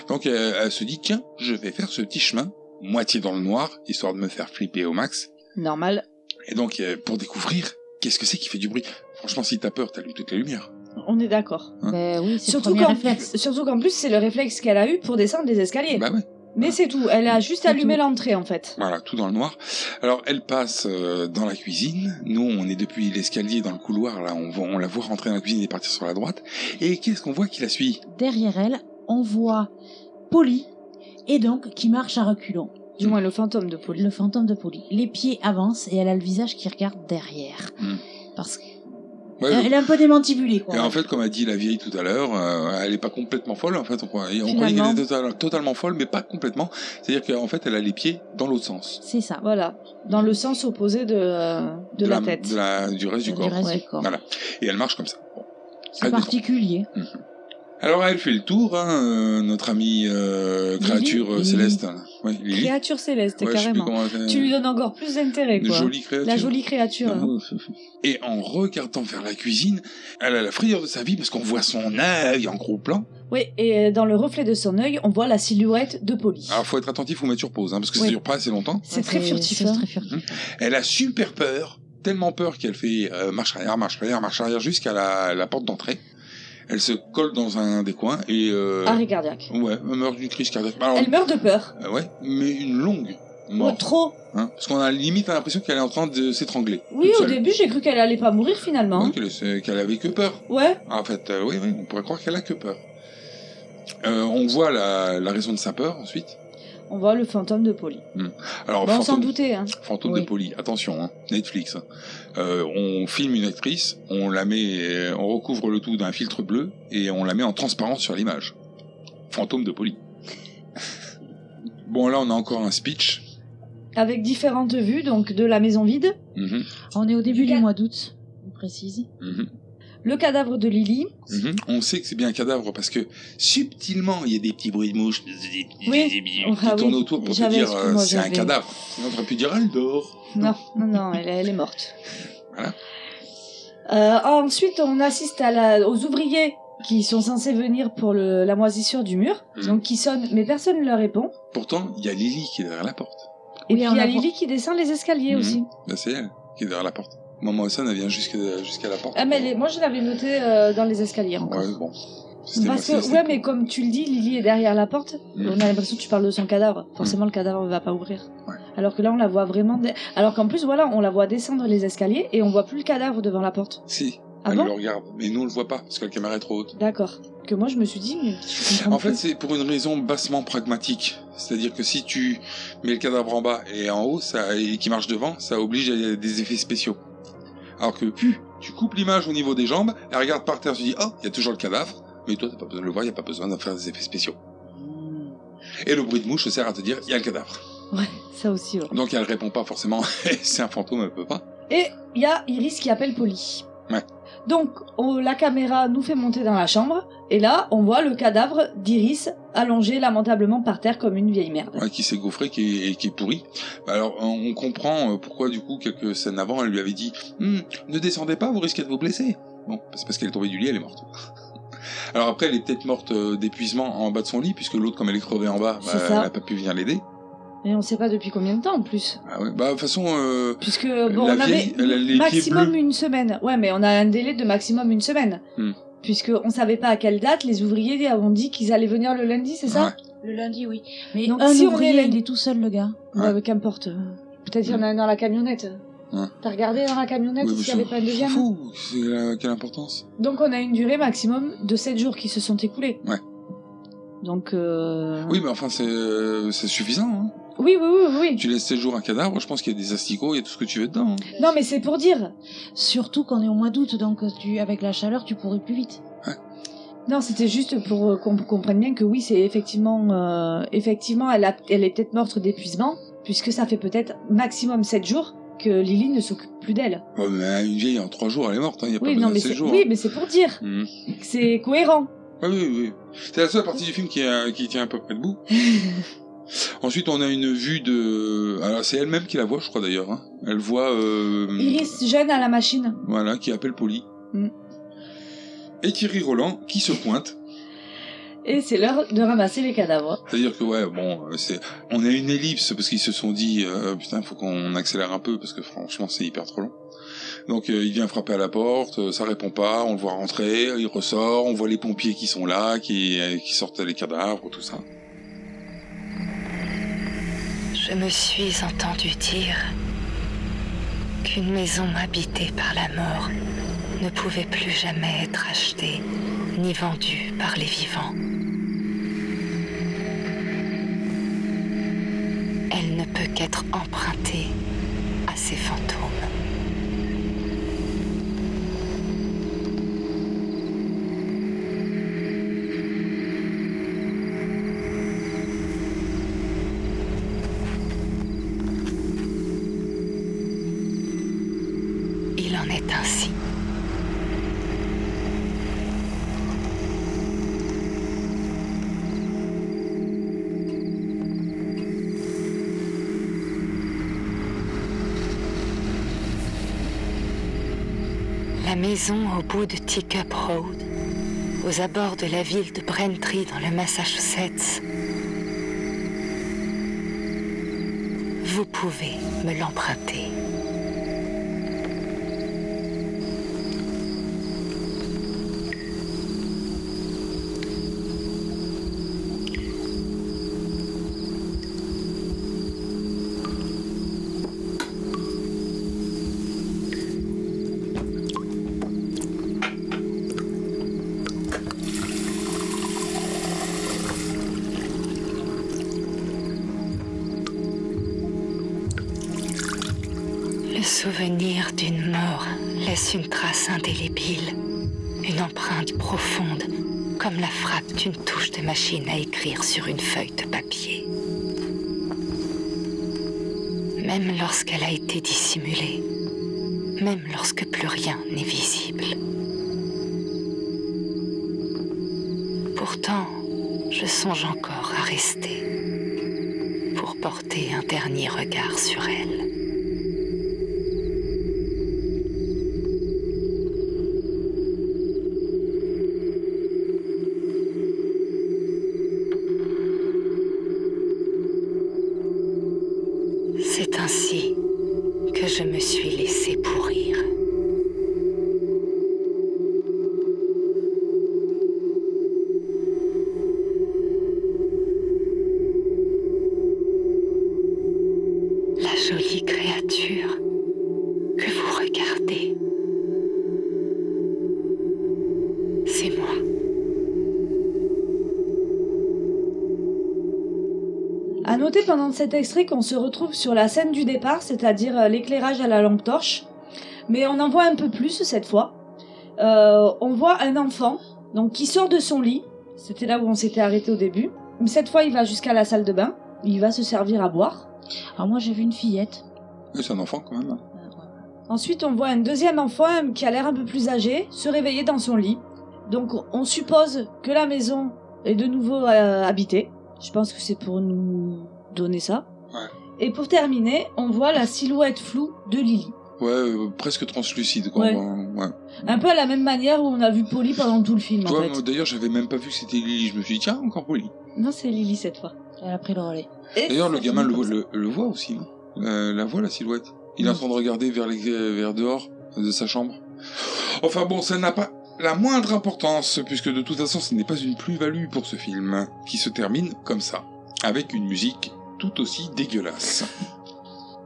Donc euh, elle se dit, tiens, je vais faire ce petit chemin, moitié dans le noir, histoire de me faire flipper au max.
Normal.
Et donc, euh, pour découvrir, qu'est-ce que c'est qui fait du bruit Franchement, si t'as peur, t'allumes toute la lumière.
On est d'accord.
Hein
Ben oui, c'est le
Surtout
premier
qu'en
réflexe.
surtout qu'en plus, c'est le réflexe qu'elle a eu pour descendre les escaliers.
Bah ouais.
Mais c'est tout. Elle a juste
C'est
allumé
tout.
l'entrée, en fait.
Voilà, tout dans le noir. Alors, elle passe euh, dans la cuisine. Nous, on est depuis l'escalier dans le couloir. Là, on, voit- on la voit rentrer dans la cuisine et partir sur la droite. Et qu'est-ce qu'on voit qui la suit
Derrière elle, on voit Polly et donc qui marche à reculons.
Du moins le fantôme de Polly.
Le fantôme de Polly. Les pieds avancent et elle a le visage qui regarde derrière.
Hmm.
Parce qu'elle
Ouais, je-
elle est un peu démantibulée, quoi.
Et en fait, comme a dit la vieille tout à l'heure, euh, elle est pas complètement folle. En fait, on croit- et on croyait qu'elle
Finalement.
était total- totalement folle, mais pas complètement. C'est-à-dire qu'en fait, elle a les pieds dans l'autre sens
C'est ça.
Voilà, dans le sens opposé de, euh, de, la, tête.
de la- du reste du, corps.
reste
ouais.
du corps.
Voilà. Et elle marche comme ça. Bon.
C'est
Elle descend.
particulier.
Alors elle fait le tour, hein, euh, notre amie euh, créature euh,
Lily.
céleste. hein. Ouais, Lily.
Créature céleste,
Ouais, je sais plus
carrément.
comment elle s'appelle.
Tu lui donnes encore plus d'intérêt,
Une
quoi.
jolie créature.
La jolie créature. hein.
Et en regardant vers la cuisine, elle a la frayeur de sa vie parce qu'on voit son œil en gros plan.
Oui, et euh, dans le reflet de son œil, on voit la silhouette de Polly.
Alors faut être attentif ou mettre sur pause, hein, parce que ça
Oui.
dure pas assez longtemps.
c'est très furtif.
C'est
hein.
très furtif.
Elle a super peur, tellement peur qu'elle fait euh, marche arrière, marche arrière, marche arrière jusqu'à la, la porte d'entrée. Elle se colle dans un des coins et euh,
Arrêt cardiaque.
ouais, meurt d'une crise cardiaque. Alors,
Elle meurt de peur.
euh, ouais, mais une longue
Oh,
mort.
trop.
hein, parce qu'on a limite l'impression qu'elle est en train de s'étrangler.
Oui,
toute
au
seule.
début, j'ai cru qu'elle allait pas mourir
Ouais,
finalement.
Qu'elle euh, qu'elle avait que peur.
Ouais.
En fait, euh, oui, oui, on pourrait croire qu'elle a que peur. Euh, on voit la, la raison de sa peur ensuite.
On voit le fantôme de Polly.
Alors,
Bon, on s'en
Oh, fantôme,
doutait, hein.
fantôme
Oui.
de Polly, attention, hein, Netflix. hein. Euh, on filme une actrice, on la met, euh, on recouvre le tout d'un filtre bleu et on la met en transparence sur l'image. Fantôme de Polly. bon, là, on a encore un speech.
Avec différentes vues, donc de la maison vide,
Mhm,
On est au début du mois d'août, on précise.
mhm,
le cadavre de Lily.
mhm. On sait que c'est bien un cadavre parce que subtilement, il y a des petits bruits de mouches des- des- des-
Oui.
des- qui
Ah oui.
tournent autour pour te
J'avais-
dire euh,
excuse-moi,
c'est un
j'avais-
cadavre. Sinon, on aurait pu dire elle dort.
Non, non, non, elle, elle est morte.
Voilà.
Euh, ensuite, on assiste à la- aux ouvriers qui sont censés venir pour le- la moisissure du mur,
Mhm.
donc qui sonnent, mais personne ne leur répond.
Pourtant, il y a Lily qui est derrière la porte.
Et
Oui,
puis
on
il y a
la
Lily qui descend les escaliers
Mhm.
aussi.
Ben, c'est elle qui est derrière la porte. Maman Hassan, elle vient jusqu'à jusqu'à la porte.
Ah, mais elle est- moi, je l'avais notée euh, dans les escaliers encore.
Ouais, bon. C'était
Parce
moi,
que,
c'était-
ouais, mais comme tu le dis, Lily est derrière la porte.
Mhm.
On a l'impression que tu parles de son cadavre. Forcément, le cadavre ne va pas ouvrir.
Ouais.
Alors que là, on la voit vraiment. dé- Alors qu'en plus, voilà, on la voit descendre les escaliers et on voit plus le cadavre devant la porte.
Si,
Ah
elle
bon
le regarde. Mais nous, on le voit pas, parce que la caméra est trop haute.
D'accord. Que moi, je me suis dit, mais je comprends
En fait,
plus.
c'est pour une raison bassement pragmatique. C'est-à-dire que si tu mets le cadavre en bas et en haut, ça, et qui marche devant, ça oblige à des effets spéciaux. Alors que pu, tu coupes l'image au niveau des jambes, elle regarde par terre, tu dis, oh, il y a toujours le cadavre. Mais toi, t'as pas besoin de le voir, il n'y a pas besoin d'en faire des effets spéciaux. Hmm. Et le bruit de mouche sert à te dire, il y a le cadavre.
Ouais, ça aussi, ouais.
Donc elle répond pas forcément, c'est un fantôme, elle peut pas.
Et il y a Iris qui appelle Polly.
Ouais.
Donc, on- la caméra nous fait monter dans la chambre, et là, on voit le cadavre d'Iris allongé lamentablement par terre comme une vieille merde.
Ouais, qui s'est gaufré, qui est, et qui est pourri. Bah, Alors on on comprend euh, pourquoi du coup quelques scènes avant elle lui avait dit Hum, ne descendez pas, vous risquez de vous blesser. Bon, c'est parce qu'elle est tombée du lit, elle est morte. Alors après elle est peut-être morte euh, d'épuisement en bas de son lit puisque l'autre comme elle est crevée en bas, bah,
C'est ça.
elle a pas pu venir l'aider.
Et on sait pas depuis combien de temps en plus.
Ah ouais. Bah de toute façon, euh,
Puisque, bon,
La
on
vieille, elle a les
avait
pieds
maximum
bleus.
une semaine. Ouais, mais on a un délai de maximum une semaine.
Hmm.
Puisque on savait pas à quelle date, les ouvriers ont dit qu'ils allaient venir le lundi, c'est ça
Le lundi, oui. Mais
Donc,
un
si on
ouvrier,
est lundi-
il est tout seul, le gars.
Ouais.
mais qu'importe. Peut-être qu'il y en a un dans la camionnette.
Ouais.
T'as regardé dans la camionnette
ouais,
s'il y avait pas un
je
deuxième
m'en fous, c'est la- quelle importance.
Donc on a une durée maximum de 7 jours qui se sont écoulés.
Ouais.
Donc euh...
Oui, mais enfin c'est euh, c'est suffisant. Hein.
oui oui oui oui.
Tu laisses jours un cadavre, je pense qu'il y a des asticots, il y a tout ce que tu veux dedans. hein.
Non mais c'est pour dire.
Surtout qu'on est au mois d'août, donc tu, avec la chaleur, tu pourrais plus vite.
Non, c'était juste pour euh, qu'on comprenne bien que oui, c'est effectivement euh, effectivement elle a, elle est peut-être morte d'épuisement puisque ça fait peut-être maximum 7 jours que Lily ne s'occupe plus d'elle.
Ouais, Oh, mais une vieille en trois jours elle est morte, hein, il y a pas
Oui,
besoin
non
de
mais
Ah sept
c'est
jours.
oui, mais c'est pour dire
Mhm.
que c'est cohérent.
Ah oui, oui, oui. C'est la seule partie du film qui, euh, qui tient à peu près debout. Ensuite, on a une vue de. Alors, c'est elle-même qui la voit, je crois d'ailleurs. hein. Elle voit. euh,
Iris jeune à la machine.
Voilà, qui appelle Polly.
Mm.
Et Thierry Roland qui se pointe.
Et c'est l'heure de ramasser les cadavres.
C'est-à-dire que, ouais, bon, euh, c'est. On a une ellipse parce qu'ils se sont dit, euh, putain, faut qu'on accélère un peu parce que franchement, c'est hyper trop long. Donc, euh, il vient frapper à la porte, euh, ça répond pas, on le voit rentrer, il ressort, on voit les pompiers qui sont là, qui, euh, qui sortent les cadavres, tout ça.
Je me suis entendu dire qu'une maison habitée par la mort ne pouvait plus jamais être achetée ni vendue par les vivants. Elle
peut qu'être emprunté à ces fantômes. Il en est ainsi. La maison au bout de Teacup Road, aux abords de la ville de Braintree dans le Massachusetts. Vous pouvez me l'emprunter. Le souvenir d'une mort laisse une trace indélébile, une empreinte profonde, comme la frappe d'une touche de machine à écrire sur une feuille de papier. Même lorsqu'elle a été dissimulée, même lorsque plus rien n'est visible. Pourtant, je songe encore à rester pour porter un dernier regard sur elle. C'est ainsi que je me suis laissée pourrir. La jolie créature que vous regardez, c'est moi.
À noter pendant cet extrait qu'on se retrouve sur la scène du départ, c'est-à-dire euh, l'éclairage à la lampe torche, mais on en voit un peu plus cette fois. Euh, on voit un enfant donc qui sort de son lit, c'était là où on s'était arrêté au début, mais cette fois il va jusqu'à la salle de bain, il va se servir à boire.
Alors moi j'ai vu une fillette.
Oui, C'est un enfant quand même. hein.
Ensuite on voit un deuxième enfant euh, qui a l'air un peu plus âgé se réveiller dans son lit. Donc on suppose que la maison est de nouveau euh, habitée. Je pense que c'est pour nous donner ça.
Ouais.
Et pour terminer, on voit la silhouette floue de Lily.
Ouais, euh, presque translucide quoi.
Ouais.
Ben, ouais.
Un peu à la même manière où on a vu Polly pendant tout le film,
Tu
en
vois,
fait.
moi, D'ailleurs, j'avais même pas vu que c'était Lily. Je me suis dit, tiens, encore Polly.
Non, c'est Lily cette fois.
Elle a pris le relais.
Et
D'ailleurs, le
ça
gamin le,
finit comme
le- le voit aussi. non Euh, la voit, la silhouette. Il est en train de regarder vers, les, vers dehors de sa chambre. Enfin bon, ça n'a pas la moindre importance, puisque de toute façon, ce n'est pas une plus-value pour ce film, qui se termine comme ça, avec une musique tout aussi dégueulasse.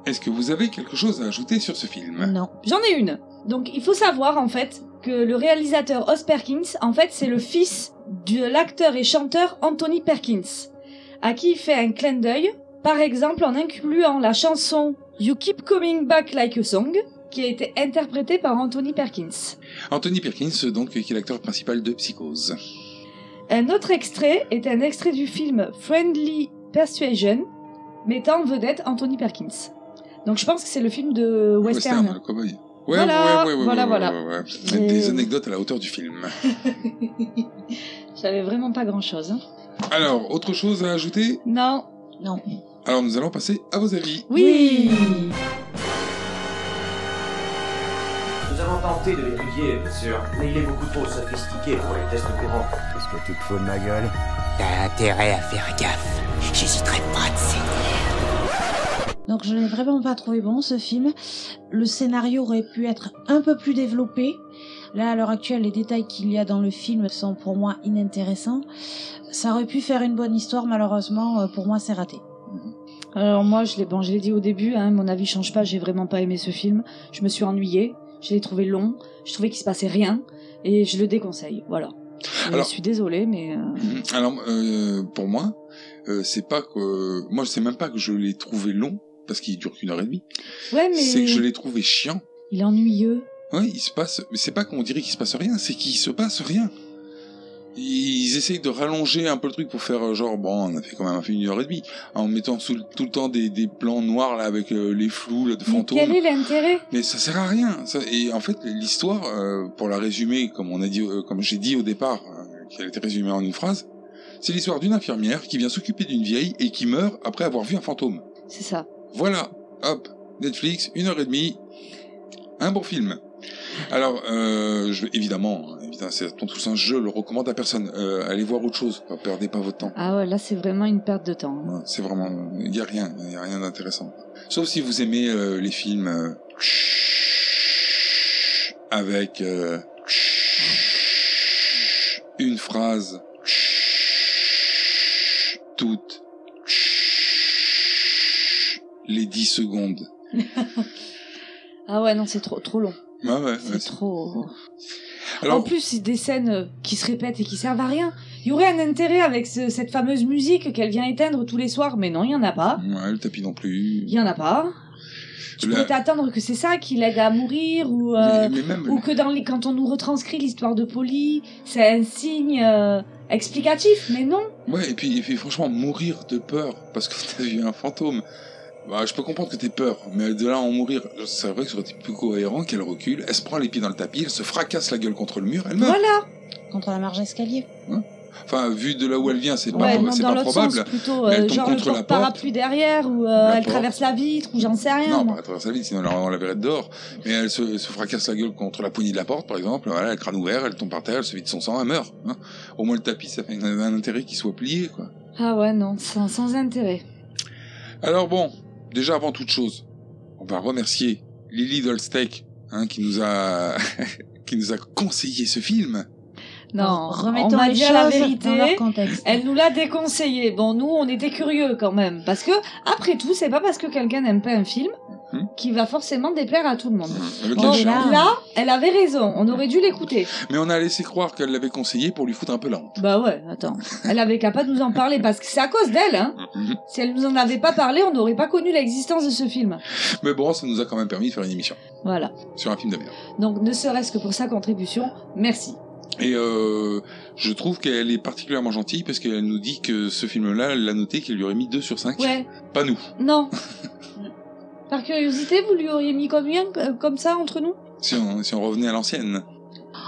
Est-ce que vous avez quelque chose à ajouter sur ce film
Non.
ça. J'en ai une. Donc, il faut savoir, en fait, que le réalisateur Oz Perkins, en fait, c'est le fils de l'acteur et chanteur Anthony Perkins, à qui il fait un clin d'œil, par exemple en incluant la chanson You Keep Coming Back Like a Song, qui a été interprétée par Anthony Perkins.
Anthony Perkins, donc, qui est l'acteur principal de Psychose.
Un autre extrait est un extrait du film Friendly Persuasion, mettant en vedette Anthony Perkins. Donc je pense que c'est le film de western.
le cowboy. Ouais,
Voilà,
ouais, ouais, ouais,
voilà,
ouais,
voilà.
ouais, ouais, ouais.
Et-
Des anecdotes à la hauteur du film.
J'avais vraiment pas grand chose. Hein.
Alors, autre chose à ajouter
Non.
Non.
Alors, nous allons passer à vos avis.
Oui.
Nous avons tenté de l'étudier, bien sûr, mais il est beaucoup trop sophistiqué pour les tests courants.
Qu'est-ce que tu te fous de ma gueule
T'as intérêt à faire gaffe. J'hésiterai pas de saigner.
Donc je l'ai vraiment pas trouvé bon ce film. Le scénario aurait pu être un peu plus développé. Là à l'heure actuelle, les détails qu'il y a dans le film sont pour moi inintéressants. Ça aurait pu faire une bonne histoire, malheureusement euh, pour moi c'est raté.
Alors moi, je l'ai bon, je l'ai dit au début, hein, mon avis change pas. J'ai vraiment pas aimé ce film. Je me suis ennuyée. Je l'ai trouvé long. Je trouvais qu'il se passait rien et je le déconseille. Voilà. Je
Alors-
suis désolée, mais euh,
Mhm. Alors, euh, pour moi,
euh, c'est pas que... Moi, je sais même pas que je l'ai trouvé long, parce qu'il dure qu'une heure et demie.
Ouais, mais
C'est que je l'ai trouvé chiant.
il est ennuyeux.
Ouais, il se passe... mais C'est pas qu'on dirait qu'il se passe rien, c'est qu'il se passe rien. Ils essayent de rallonger un peu le truc pour faire euh, genre, bon, on a fait quand même un film d'une heure et demie, en mettant sous le- tout le temps des, des plans noirs, là, avec euh, les flous, là, de fantômes.
Quel est l'intérêt
Mais ça sert à rien. Ça- et en fait, l'histoire, euh, pour la résumer, comme on a dit, euh, comme j'ai dit au départ, euh, qu'elle était résumée en une phrase, c'est l'histoire d'une infirmière qui vient s'occuper d'une vieille et qui meurt après avoir vu un fantôme.
C'est ça.
Voilà, hop, Netflix, une heure et demie, un bon film. Alors, euh, je, évidemment, euh, putain, c'est ton tous un jeu, le recommande à personne. Euh, allez voir autre chose, perdez pas votre temps.
Ah ouais, là c'est vraiment une perte de temps.
Ouais, C'est vraiment, il y a rien, il y a rien d'intéressant. Sauf si vous aimez euh, les films euh, avec euh, une phrase toutes les 10 secondes.
Ah ouais, non, c'est trop, trop long.
Ouais, Ah ouais, ouais,
C'est trop.
Alors,
En plus, c'est des scènes euh, qui se répètent et qui servent à rien. Il y aurait un intérêt avec ce- cette fameuse musique qu'elle vient éteindre tous les soirs, mais non, il y en a pas.
ouais, le tapis non plus.
Il y en a pas. Tu
La-
peux t'attendre que c'est ça qui l'aide à mourir ou,
mais,
euh,
mais même
ou que dans les, quand on nous retranscrit l'histoire de Polly, c'est un signe euh, explicatif, mais non.
Ouais, et puis, et puis franchement, mourir de peur parce que t'as vu un fantôme. Bah, je peux comprendre que t'aies peur, mais de là à en mourir, c'est vrai que ça aurait été plus cohérent qu'elle recule, elle se prend les pieds dans le tapis, elle se fracasse la gueule contre le mur, elle meurt.
Voilà.
Contre la marge d'escalier.
Enfin, vu de là où elle vient, c'est
Ouais,
pas,
non,
c'est
dans
pas
l'autre
probable.
sens plutôt,
mais elle
euh,
tombe
genre le
contre la porte.
porte-parapluie derrière ou euh,
La
elle
porte.
traverse la vitre ou j'en sais rien.
non,
moi.
pas à travers sa vie, sinon on la verrait dehors. Mais elle se, se fracasse la gueule contre la poignée de la porte, par exemple, voilà, elle crâne ouvert, elle tombe par terre, elle se vide son sang, elle meurt. hein. Au moins le tapis, ça fait un, un intérêt qu'il soit plié, quoi.
Ah ouais, non, sans, sans intérêt.
Alors bon, déjà avant toute chose, on va remercier Lily Dolsteck hein, qui nous a qui nous a conseillé ce film.
Non,
Remettons
on m'a
les
dit la
choses dans leur
vérité.
contexte.
Elle nous l'a déconseillé. Bon, nous, on était curieux quand même. Parce que, après tout, c'est pas parce que quelqu'un n'aime pas un film
Mhm.
qu'il va forcément déplaire à tout le monde.
Avec
Bon,
la chatte.
Oh là, elle avait raison. On aurait dû l'écouter.
Mais on a laissé croire qu'elle l'avait conseillé pour lui foutre un peu la honte.
Bah ouais, attends. Elle avait qu'à pas nous en parler parce que c'est à cause d'elle, hein.
Mhm.
Si elle nous en avait pas parlé, on n'aurait pas connu l'existence de ce film.
Mais bon, ça nous a quand même permis de faire une émission
Voilà.
sur un film de merde.
Donc, ne serait-ce que pour sa contribution, merci.
Et euh, je trouve qu'elle est particulièrement gentille parce qu'elle nous dit que ce film-là, elle l'a noté qu'il lui aurait mis 2 sur 5.
Ouais,
Pas nous.
non. Par curiosité, vous lui auriez mis combien, euh, comme ça, entre nous
Si on, si on revenait à l'ancienne.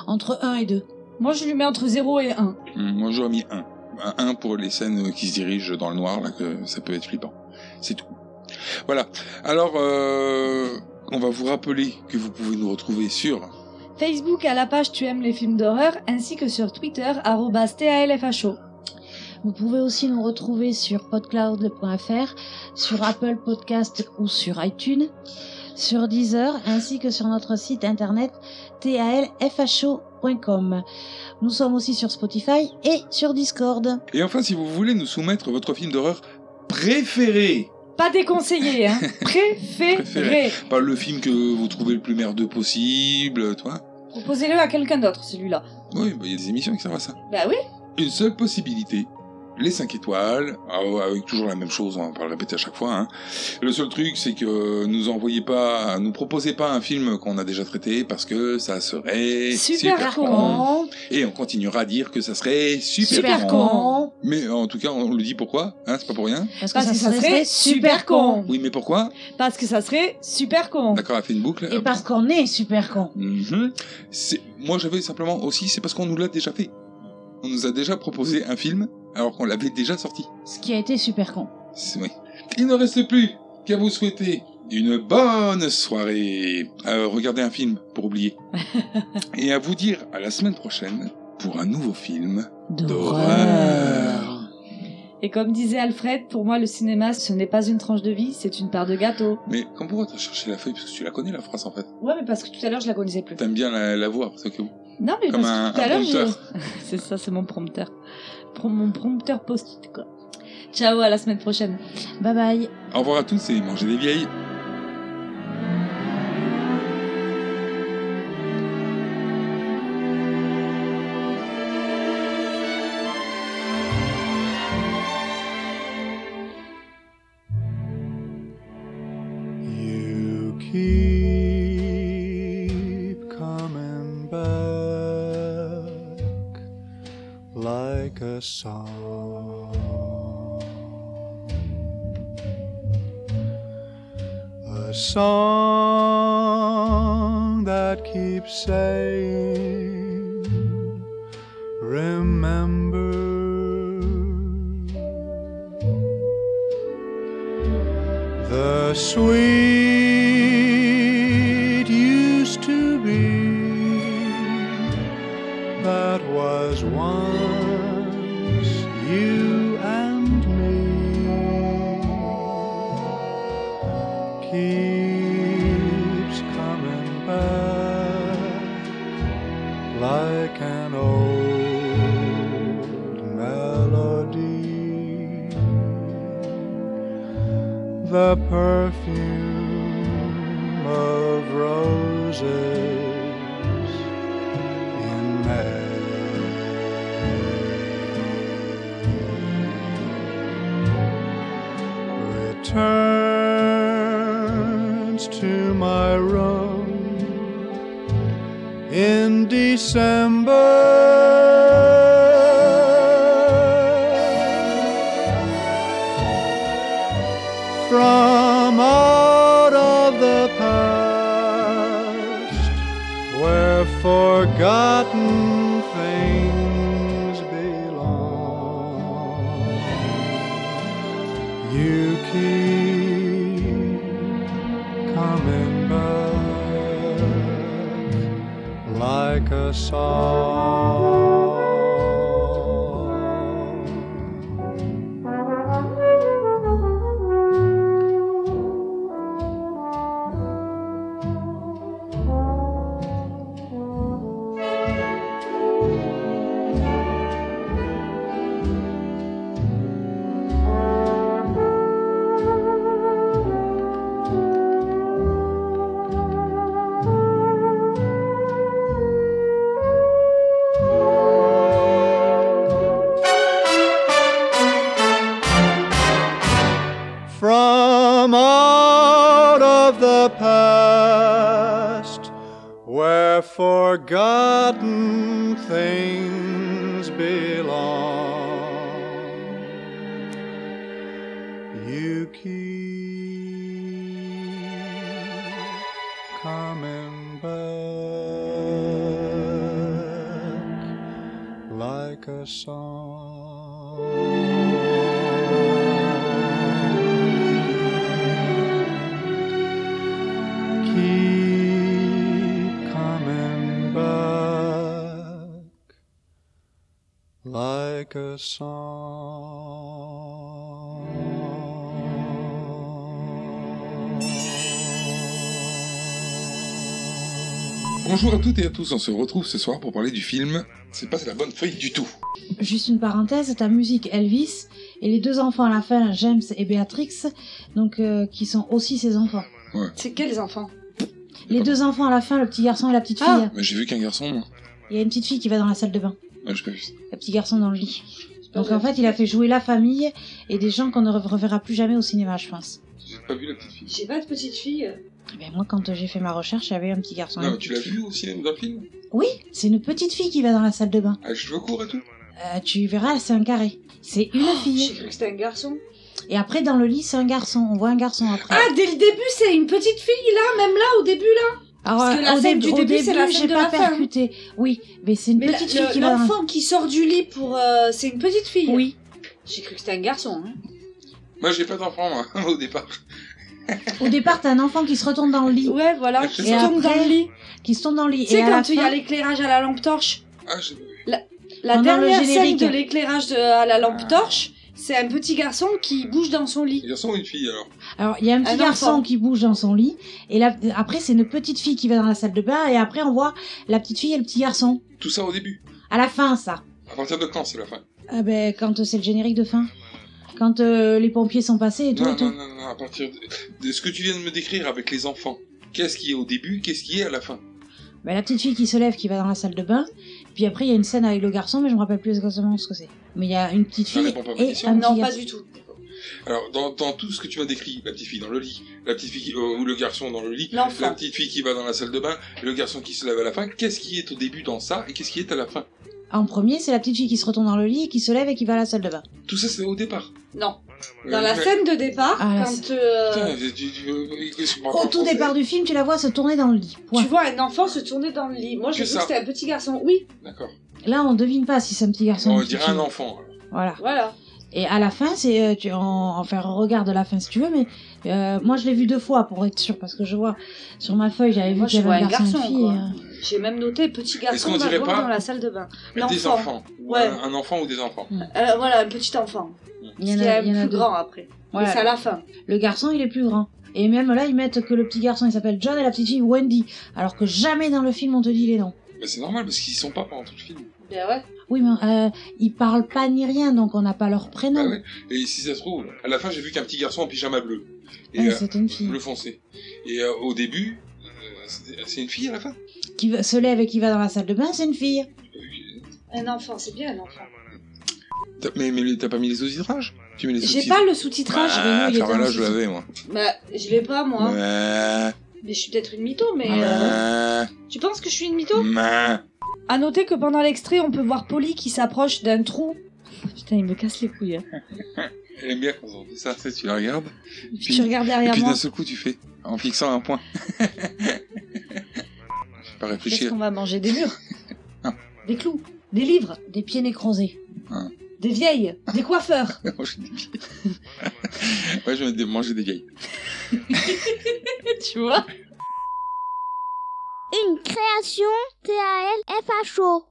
Entre 1 et 2.
Moi, je lui mets entre 0 et 1.
Hum, Moi, j'aurais mis 1. 1 pour les scènes qui se dirigent dans le noir, là, que ça peut être flippant. C'est tout. Voilà. Alors, euh, on va vous rappeler que vous pouvez nous retrouver sur
Facebook à la page Tu aimes les films d'horreur, ainsi que sur Twitter, arrobas TALFHO.
Vous pouvez aussi nous retrouver sur podcloud.fr, sur Apple Podcast ou sur iTunes, sur Deezer, ainsi que sur notre site internet talfho.com. Nous sommes aussi sur Spotify et sur Discord.
Et enfin, si vous voulez nous soumettre votre film d'horreur préféré,
Pas déconseillé, hein.
Préféré.
Préféré.
pas le film que vous trouvez le plus merdeux possible, toi.
Proposez-le à quelqu'un d'autre, celui-là.
Oui, bah, il y a des émissions qui servent à ça.
Bah oui.
Une seule possibilité. Les 5 étoiles, Ah ouais, avec toujours la même chose, on va pas le répéter à chaque fois. hein. Le seul truc, c'est que nous envoyez pas, nous proposez pas un film qu'on a déjà traité parce que ça serait
Super, con.
Et on continuera à dire que ça serait super,
Super
con.
con.
Mais en tout cas, on le dit pourquoi, hein, c'est pas pour rien.
Parce
Parce que ça serait super con.
Oui, mais pourquoi
Parce que ça serait super con.
D'accord, elle fait une boucle.
Et parce qu'on est super con.
Mhm. C'est- Moi, j'avais simplement aussi, c'est parce qu'on nous l'a déjà fait. On nous a déjà proposé un film alors qu'on l'avait déjà sorti.
Ce qui a été super con.
C'est- oui. Il ne reste plus qu'à vous souhaiter une bonne soirée. Euh, regardez un film pour oublier. Et à vous dire à la semaine prochaine pour un nouveau film d'horreur.
Et comme disait Alfred, pour moi, le cinéma, ce n'est pas une tranche de vie, c'est une part de gâteau.
Mais quand pourquoi t'as cherché la feuille Parce que tu la connais la phrase en fait.
Ouais, mais parce que tout à l'heure, je la connaissais plus.
T'aimes bien la, la voir, c'est ok.
Non, mais
Comme
parce
un-
que tout
un
à l'heure,
prompteur.
je... c'est ça, c'est mon prompteur. Pro- Mon prompteur post-it, quoi. Ciao, à la semaine prochaine.
Bye bye.
Au revoir à tous et mangez des vieilles.
keep coming back like a song. A song that keeps saying, Remember the sweet used to be that was once you and me keeps coming back like an old melody the perfume of roses in May. Returns to my room in December from out of the past where forgotten things belong. You keep coming back like a song. from out of the past where forgotten things belong. You keep coming back like a song. Keep coming back like a song.
Bonjour à toutes et à tous, on se retrouve ce soir pour parler du film. C'est pas la bonne feuille du tout.
Juste une parenthèse, ta musique Elvis et les deux enfants à la fin, James et Béatrix, donc euh, qui sont aussi ses enfants.
C'est quels enfants
Les deux enfants à la fin, le petit garçon et la petite fille.
Mais j'ai vu qu'un garçon, moi.
Il y a une petite fille qui va dans la salle de bain,
Ah, j'ai pas vu ça.
le petit garçon dans le lit.
pas
Donc en
vrai.
fait, il a fait jouer la famille et des gens qu'on ne re- reverra plus jamais au cinéma, je pense.
J'ai pas vu la petite fille.
J'ai pas de petite fille.
Eh ben, moi, quand euh, j'ai fait ma recherche, il y avait un petit garçon. et
Non,
une
mais tu l'as vu au cinéma dans le film
Oui, c'est une petite fille qui va dans la salle de bain.
À cheveux courts et tout
Euh, tu verras, c'est un carré. C'est une
J'ai
fille.
cru que c'était un garçon.
Et après, dans le lit, c'est un garçon. On voit un garçon après.
Ah, dès le début, c'est une petite fille là, même là, au début là.
Alors,
Parce que la
au
scène
dé-
du
au
début, c'est la
j'ai
scène de
pas
la fin.
percuté. Oui, mais c'est une
Mais la-
petite
Bah, le-
fille qui va dans la...
l'enfant qui sort du lit pour, euh, c'est une petite fille.
Oui.
J'ai cru que c'était un garçon. hein.
Moi, j'ai pas d'enfant, moi, au départ.
Au départ, t'as un enfant qui se retourne dans le lit.
Ouais, voilà,
qui
et
se
tombe dans le lit.
Qui se tombe dans le lit.
Tu sais,
Et à la
quand il y a
fin,
l'éclairage à la lampe torche,
Ah, j'ai pas
la, la
Pendant le
dernière scène
générique.
de l'éclairage de- à la lampe
Ah.
torche, c'est un petit garçon qui bouge dans son lit.
Un garçon ou une fille, alors
alors il y a un petit
un
garçon
enfant.
qui bouge dans son lit. Et là, après, c'est une petite fille qui va dans la salle de bain. Et après, on voit la petite fille et le petit garçon.
Tout ça au début.
À la fin, ça.
À partir de quand, c'est la fin
Ah ben, quand euh, c'est le générique de fin. Quand euh, les pompiers sont passés et tout.
non,
et tout.
non, non, non, à partir de, de ce que tu viens de me décrire avec les enfants. Qu'est-ce qui est au début, qu'est-ce qui est à la fin
Bah, la petite fille qui se lève, qui va dans la salle de bain. Puis après, il y a une scène avec le garçon, mais je me rappelle plus exactement ce que c'est. Mais il y a une petite
Ça
fille
répond pas à ma
et
question.
un
non,
petit
pas
garçon.
du tout.
Alors, dans, dans tout ce que tu m'as décrit, la petite fille dans le lit, la petite fille qui- euh, ou le garçon dans le lit,
L'enfant.
la petite fille qui va dans la salle de bain, le garçon qui se lave à la fin, qu'est-ce qui est au début dans ça et qu'est-ce qui est à la fin
En premier, c'est la petite fille qui se retourne dans le lit, qui se lève et qui va à la salle de bain.
Tout ça, c'est au départ.
Non.
Euh,
Dans la
mais-
scène de départ,
Ah, la
quand
scène.
euh,
Putain, tu- tu- tu- euh, qu'est-ce que je me
Au
raconte
tout départ du film, tu la vois se tourner dans le lit. Point.
tu vois un enfant se tourner dans le lit, moi j'ai
Que
cru
ça.
que c'était un petit garçon. Oui,
D'accord.
Là, on devine pas si c'est un petit garçon. ou
On
une
dirait un
petite fille.
enfant. alors.
Voilà.
voilà.
Et à la fin, c'est euh, tu en, enfin regarde la fin si tu veux, mais euh, moi je l'ai vu deux fois pour être sûr parce que je vois sur ma feuille j'avais vu
Moi
qu'il
je
y
vois
avait
un
un garçon,
garçon.
et une fille.
quoi.
euh.
J'ai même noté petit garçon
qu'on
va
dirait
voir
pas
dans la salle de bain.
Mais Des
L'enfant.
enfants. Ou
Ouais.
Un, un enfant ou des enfants.
Euh, voilà, un petit enfant.
Il y en
Parce qu'il y
a-
a
il y en a
un
deux.
plus grand après.
Voilà.
Mais c'est à la fin.
Le garçon il est plus grand. Et même là ils mettent que le petit garçon il s'appelle John et la petite fille Wendy, alors que jamais dans le film on te dit les noms.
Mais c'est normal parce qu'ils y sont pas pendant tout le film.
Ben ouais.
Oui mais euh, ils parlent pas ni rien donc on n'a pas leur prénom.
Bah ouais. Et si ça se trouve, à la fin, j'ai vu qu'un petit garçon en pyjama bleu. Et,
Ah,
Ouais,
euh,
c'était Eh, une fille
bleu foncé. Et euh, au début, euh, c'était- c'est une fille à la fin.
qui va- se lève et qui va dans la salle de bain, c'est une fille.
Un enfant, c'est bien un enfant.
T'as- Mais, mais t'as pas mis les sous-titrages Tu mets les
J'ai
sous-titres
pas le sous-titrage.
Ah,
mais nous, il était en
là, je
sous-titre.
l'avais moi.
Bah, je l'ai pas moi.
Ouais.
Mais je suis peut-être une mytho, mais. euh,
Ouais.
Tu penses que je suis une mytho
Ouais.
À noter que pendant l'extrait, on peut voir Polly qui s'approche d'un trou. Putain, il me casse les couilles. hein.
Elle aime bien quand on dit ça, tu sais, tu la regardes. Puis-
Tu regardes
Et
derrière
puis
moi.
d'un seul coup, tu fais en fixant un point. Faut pas
Qu'est-ce
réfléchir.
qu'on va manger Des murs
Non.
Des clous Des livres
Des pieds nécrosés.
Ah.
Des vieilles Des coiffeurs
Manger des vieilles. ouais, je vais dé- manger des vieilles.
Tu vois
Une création T-A-L-F-H-O.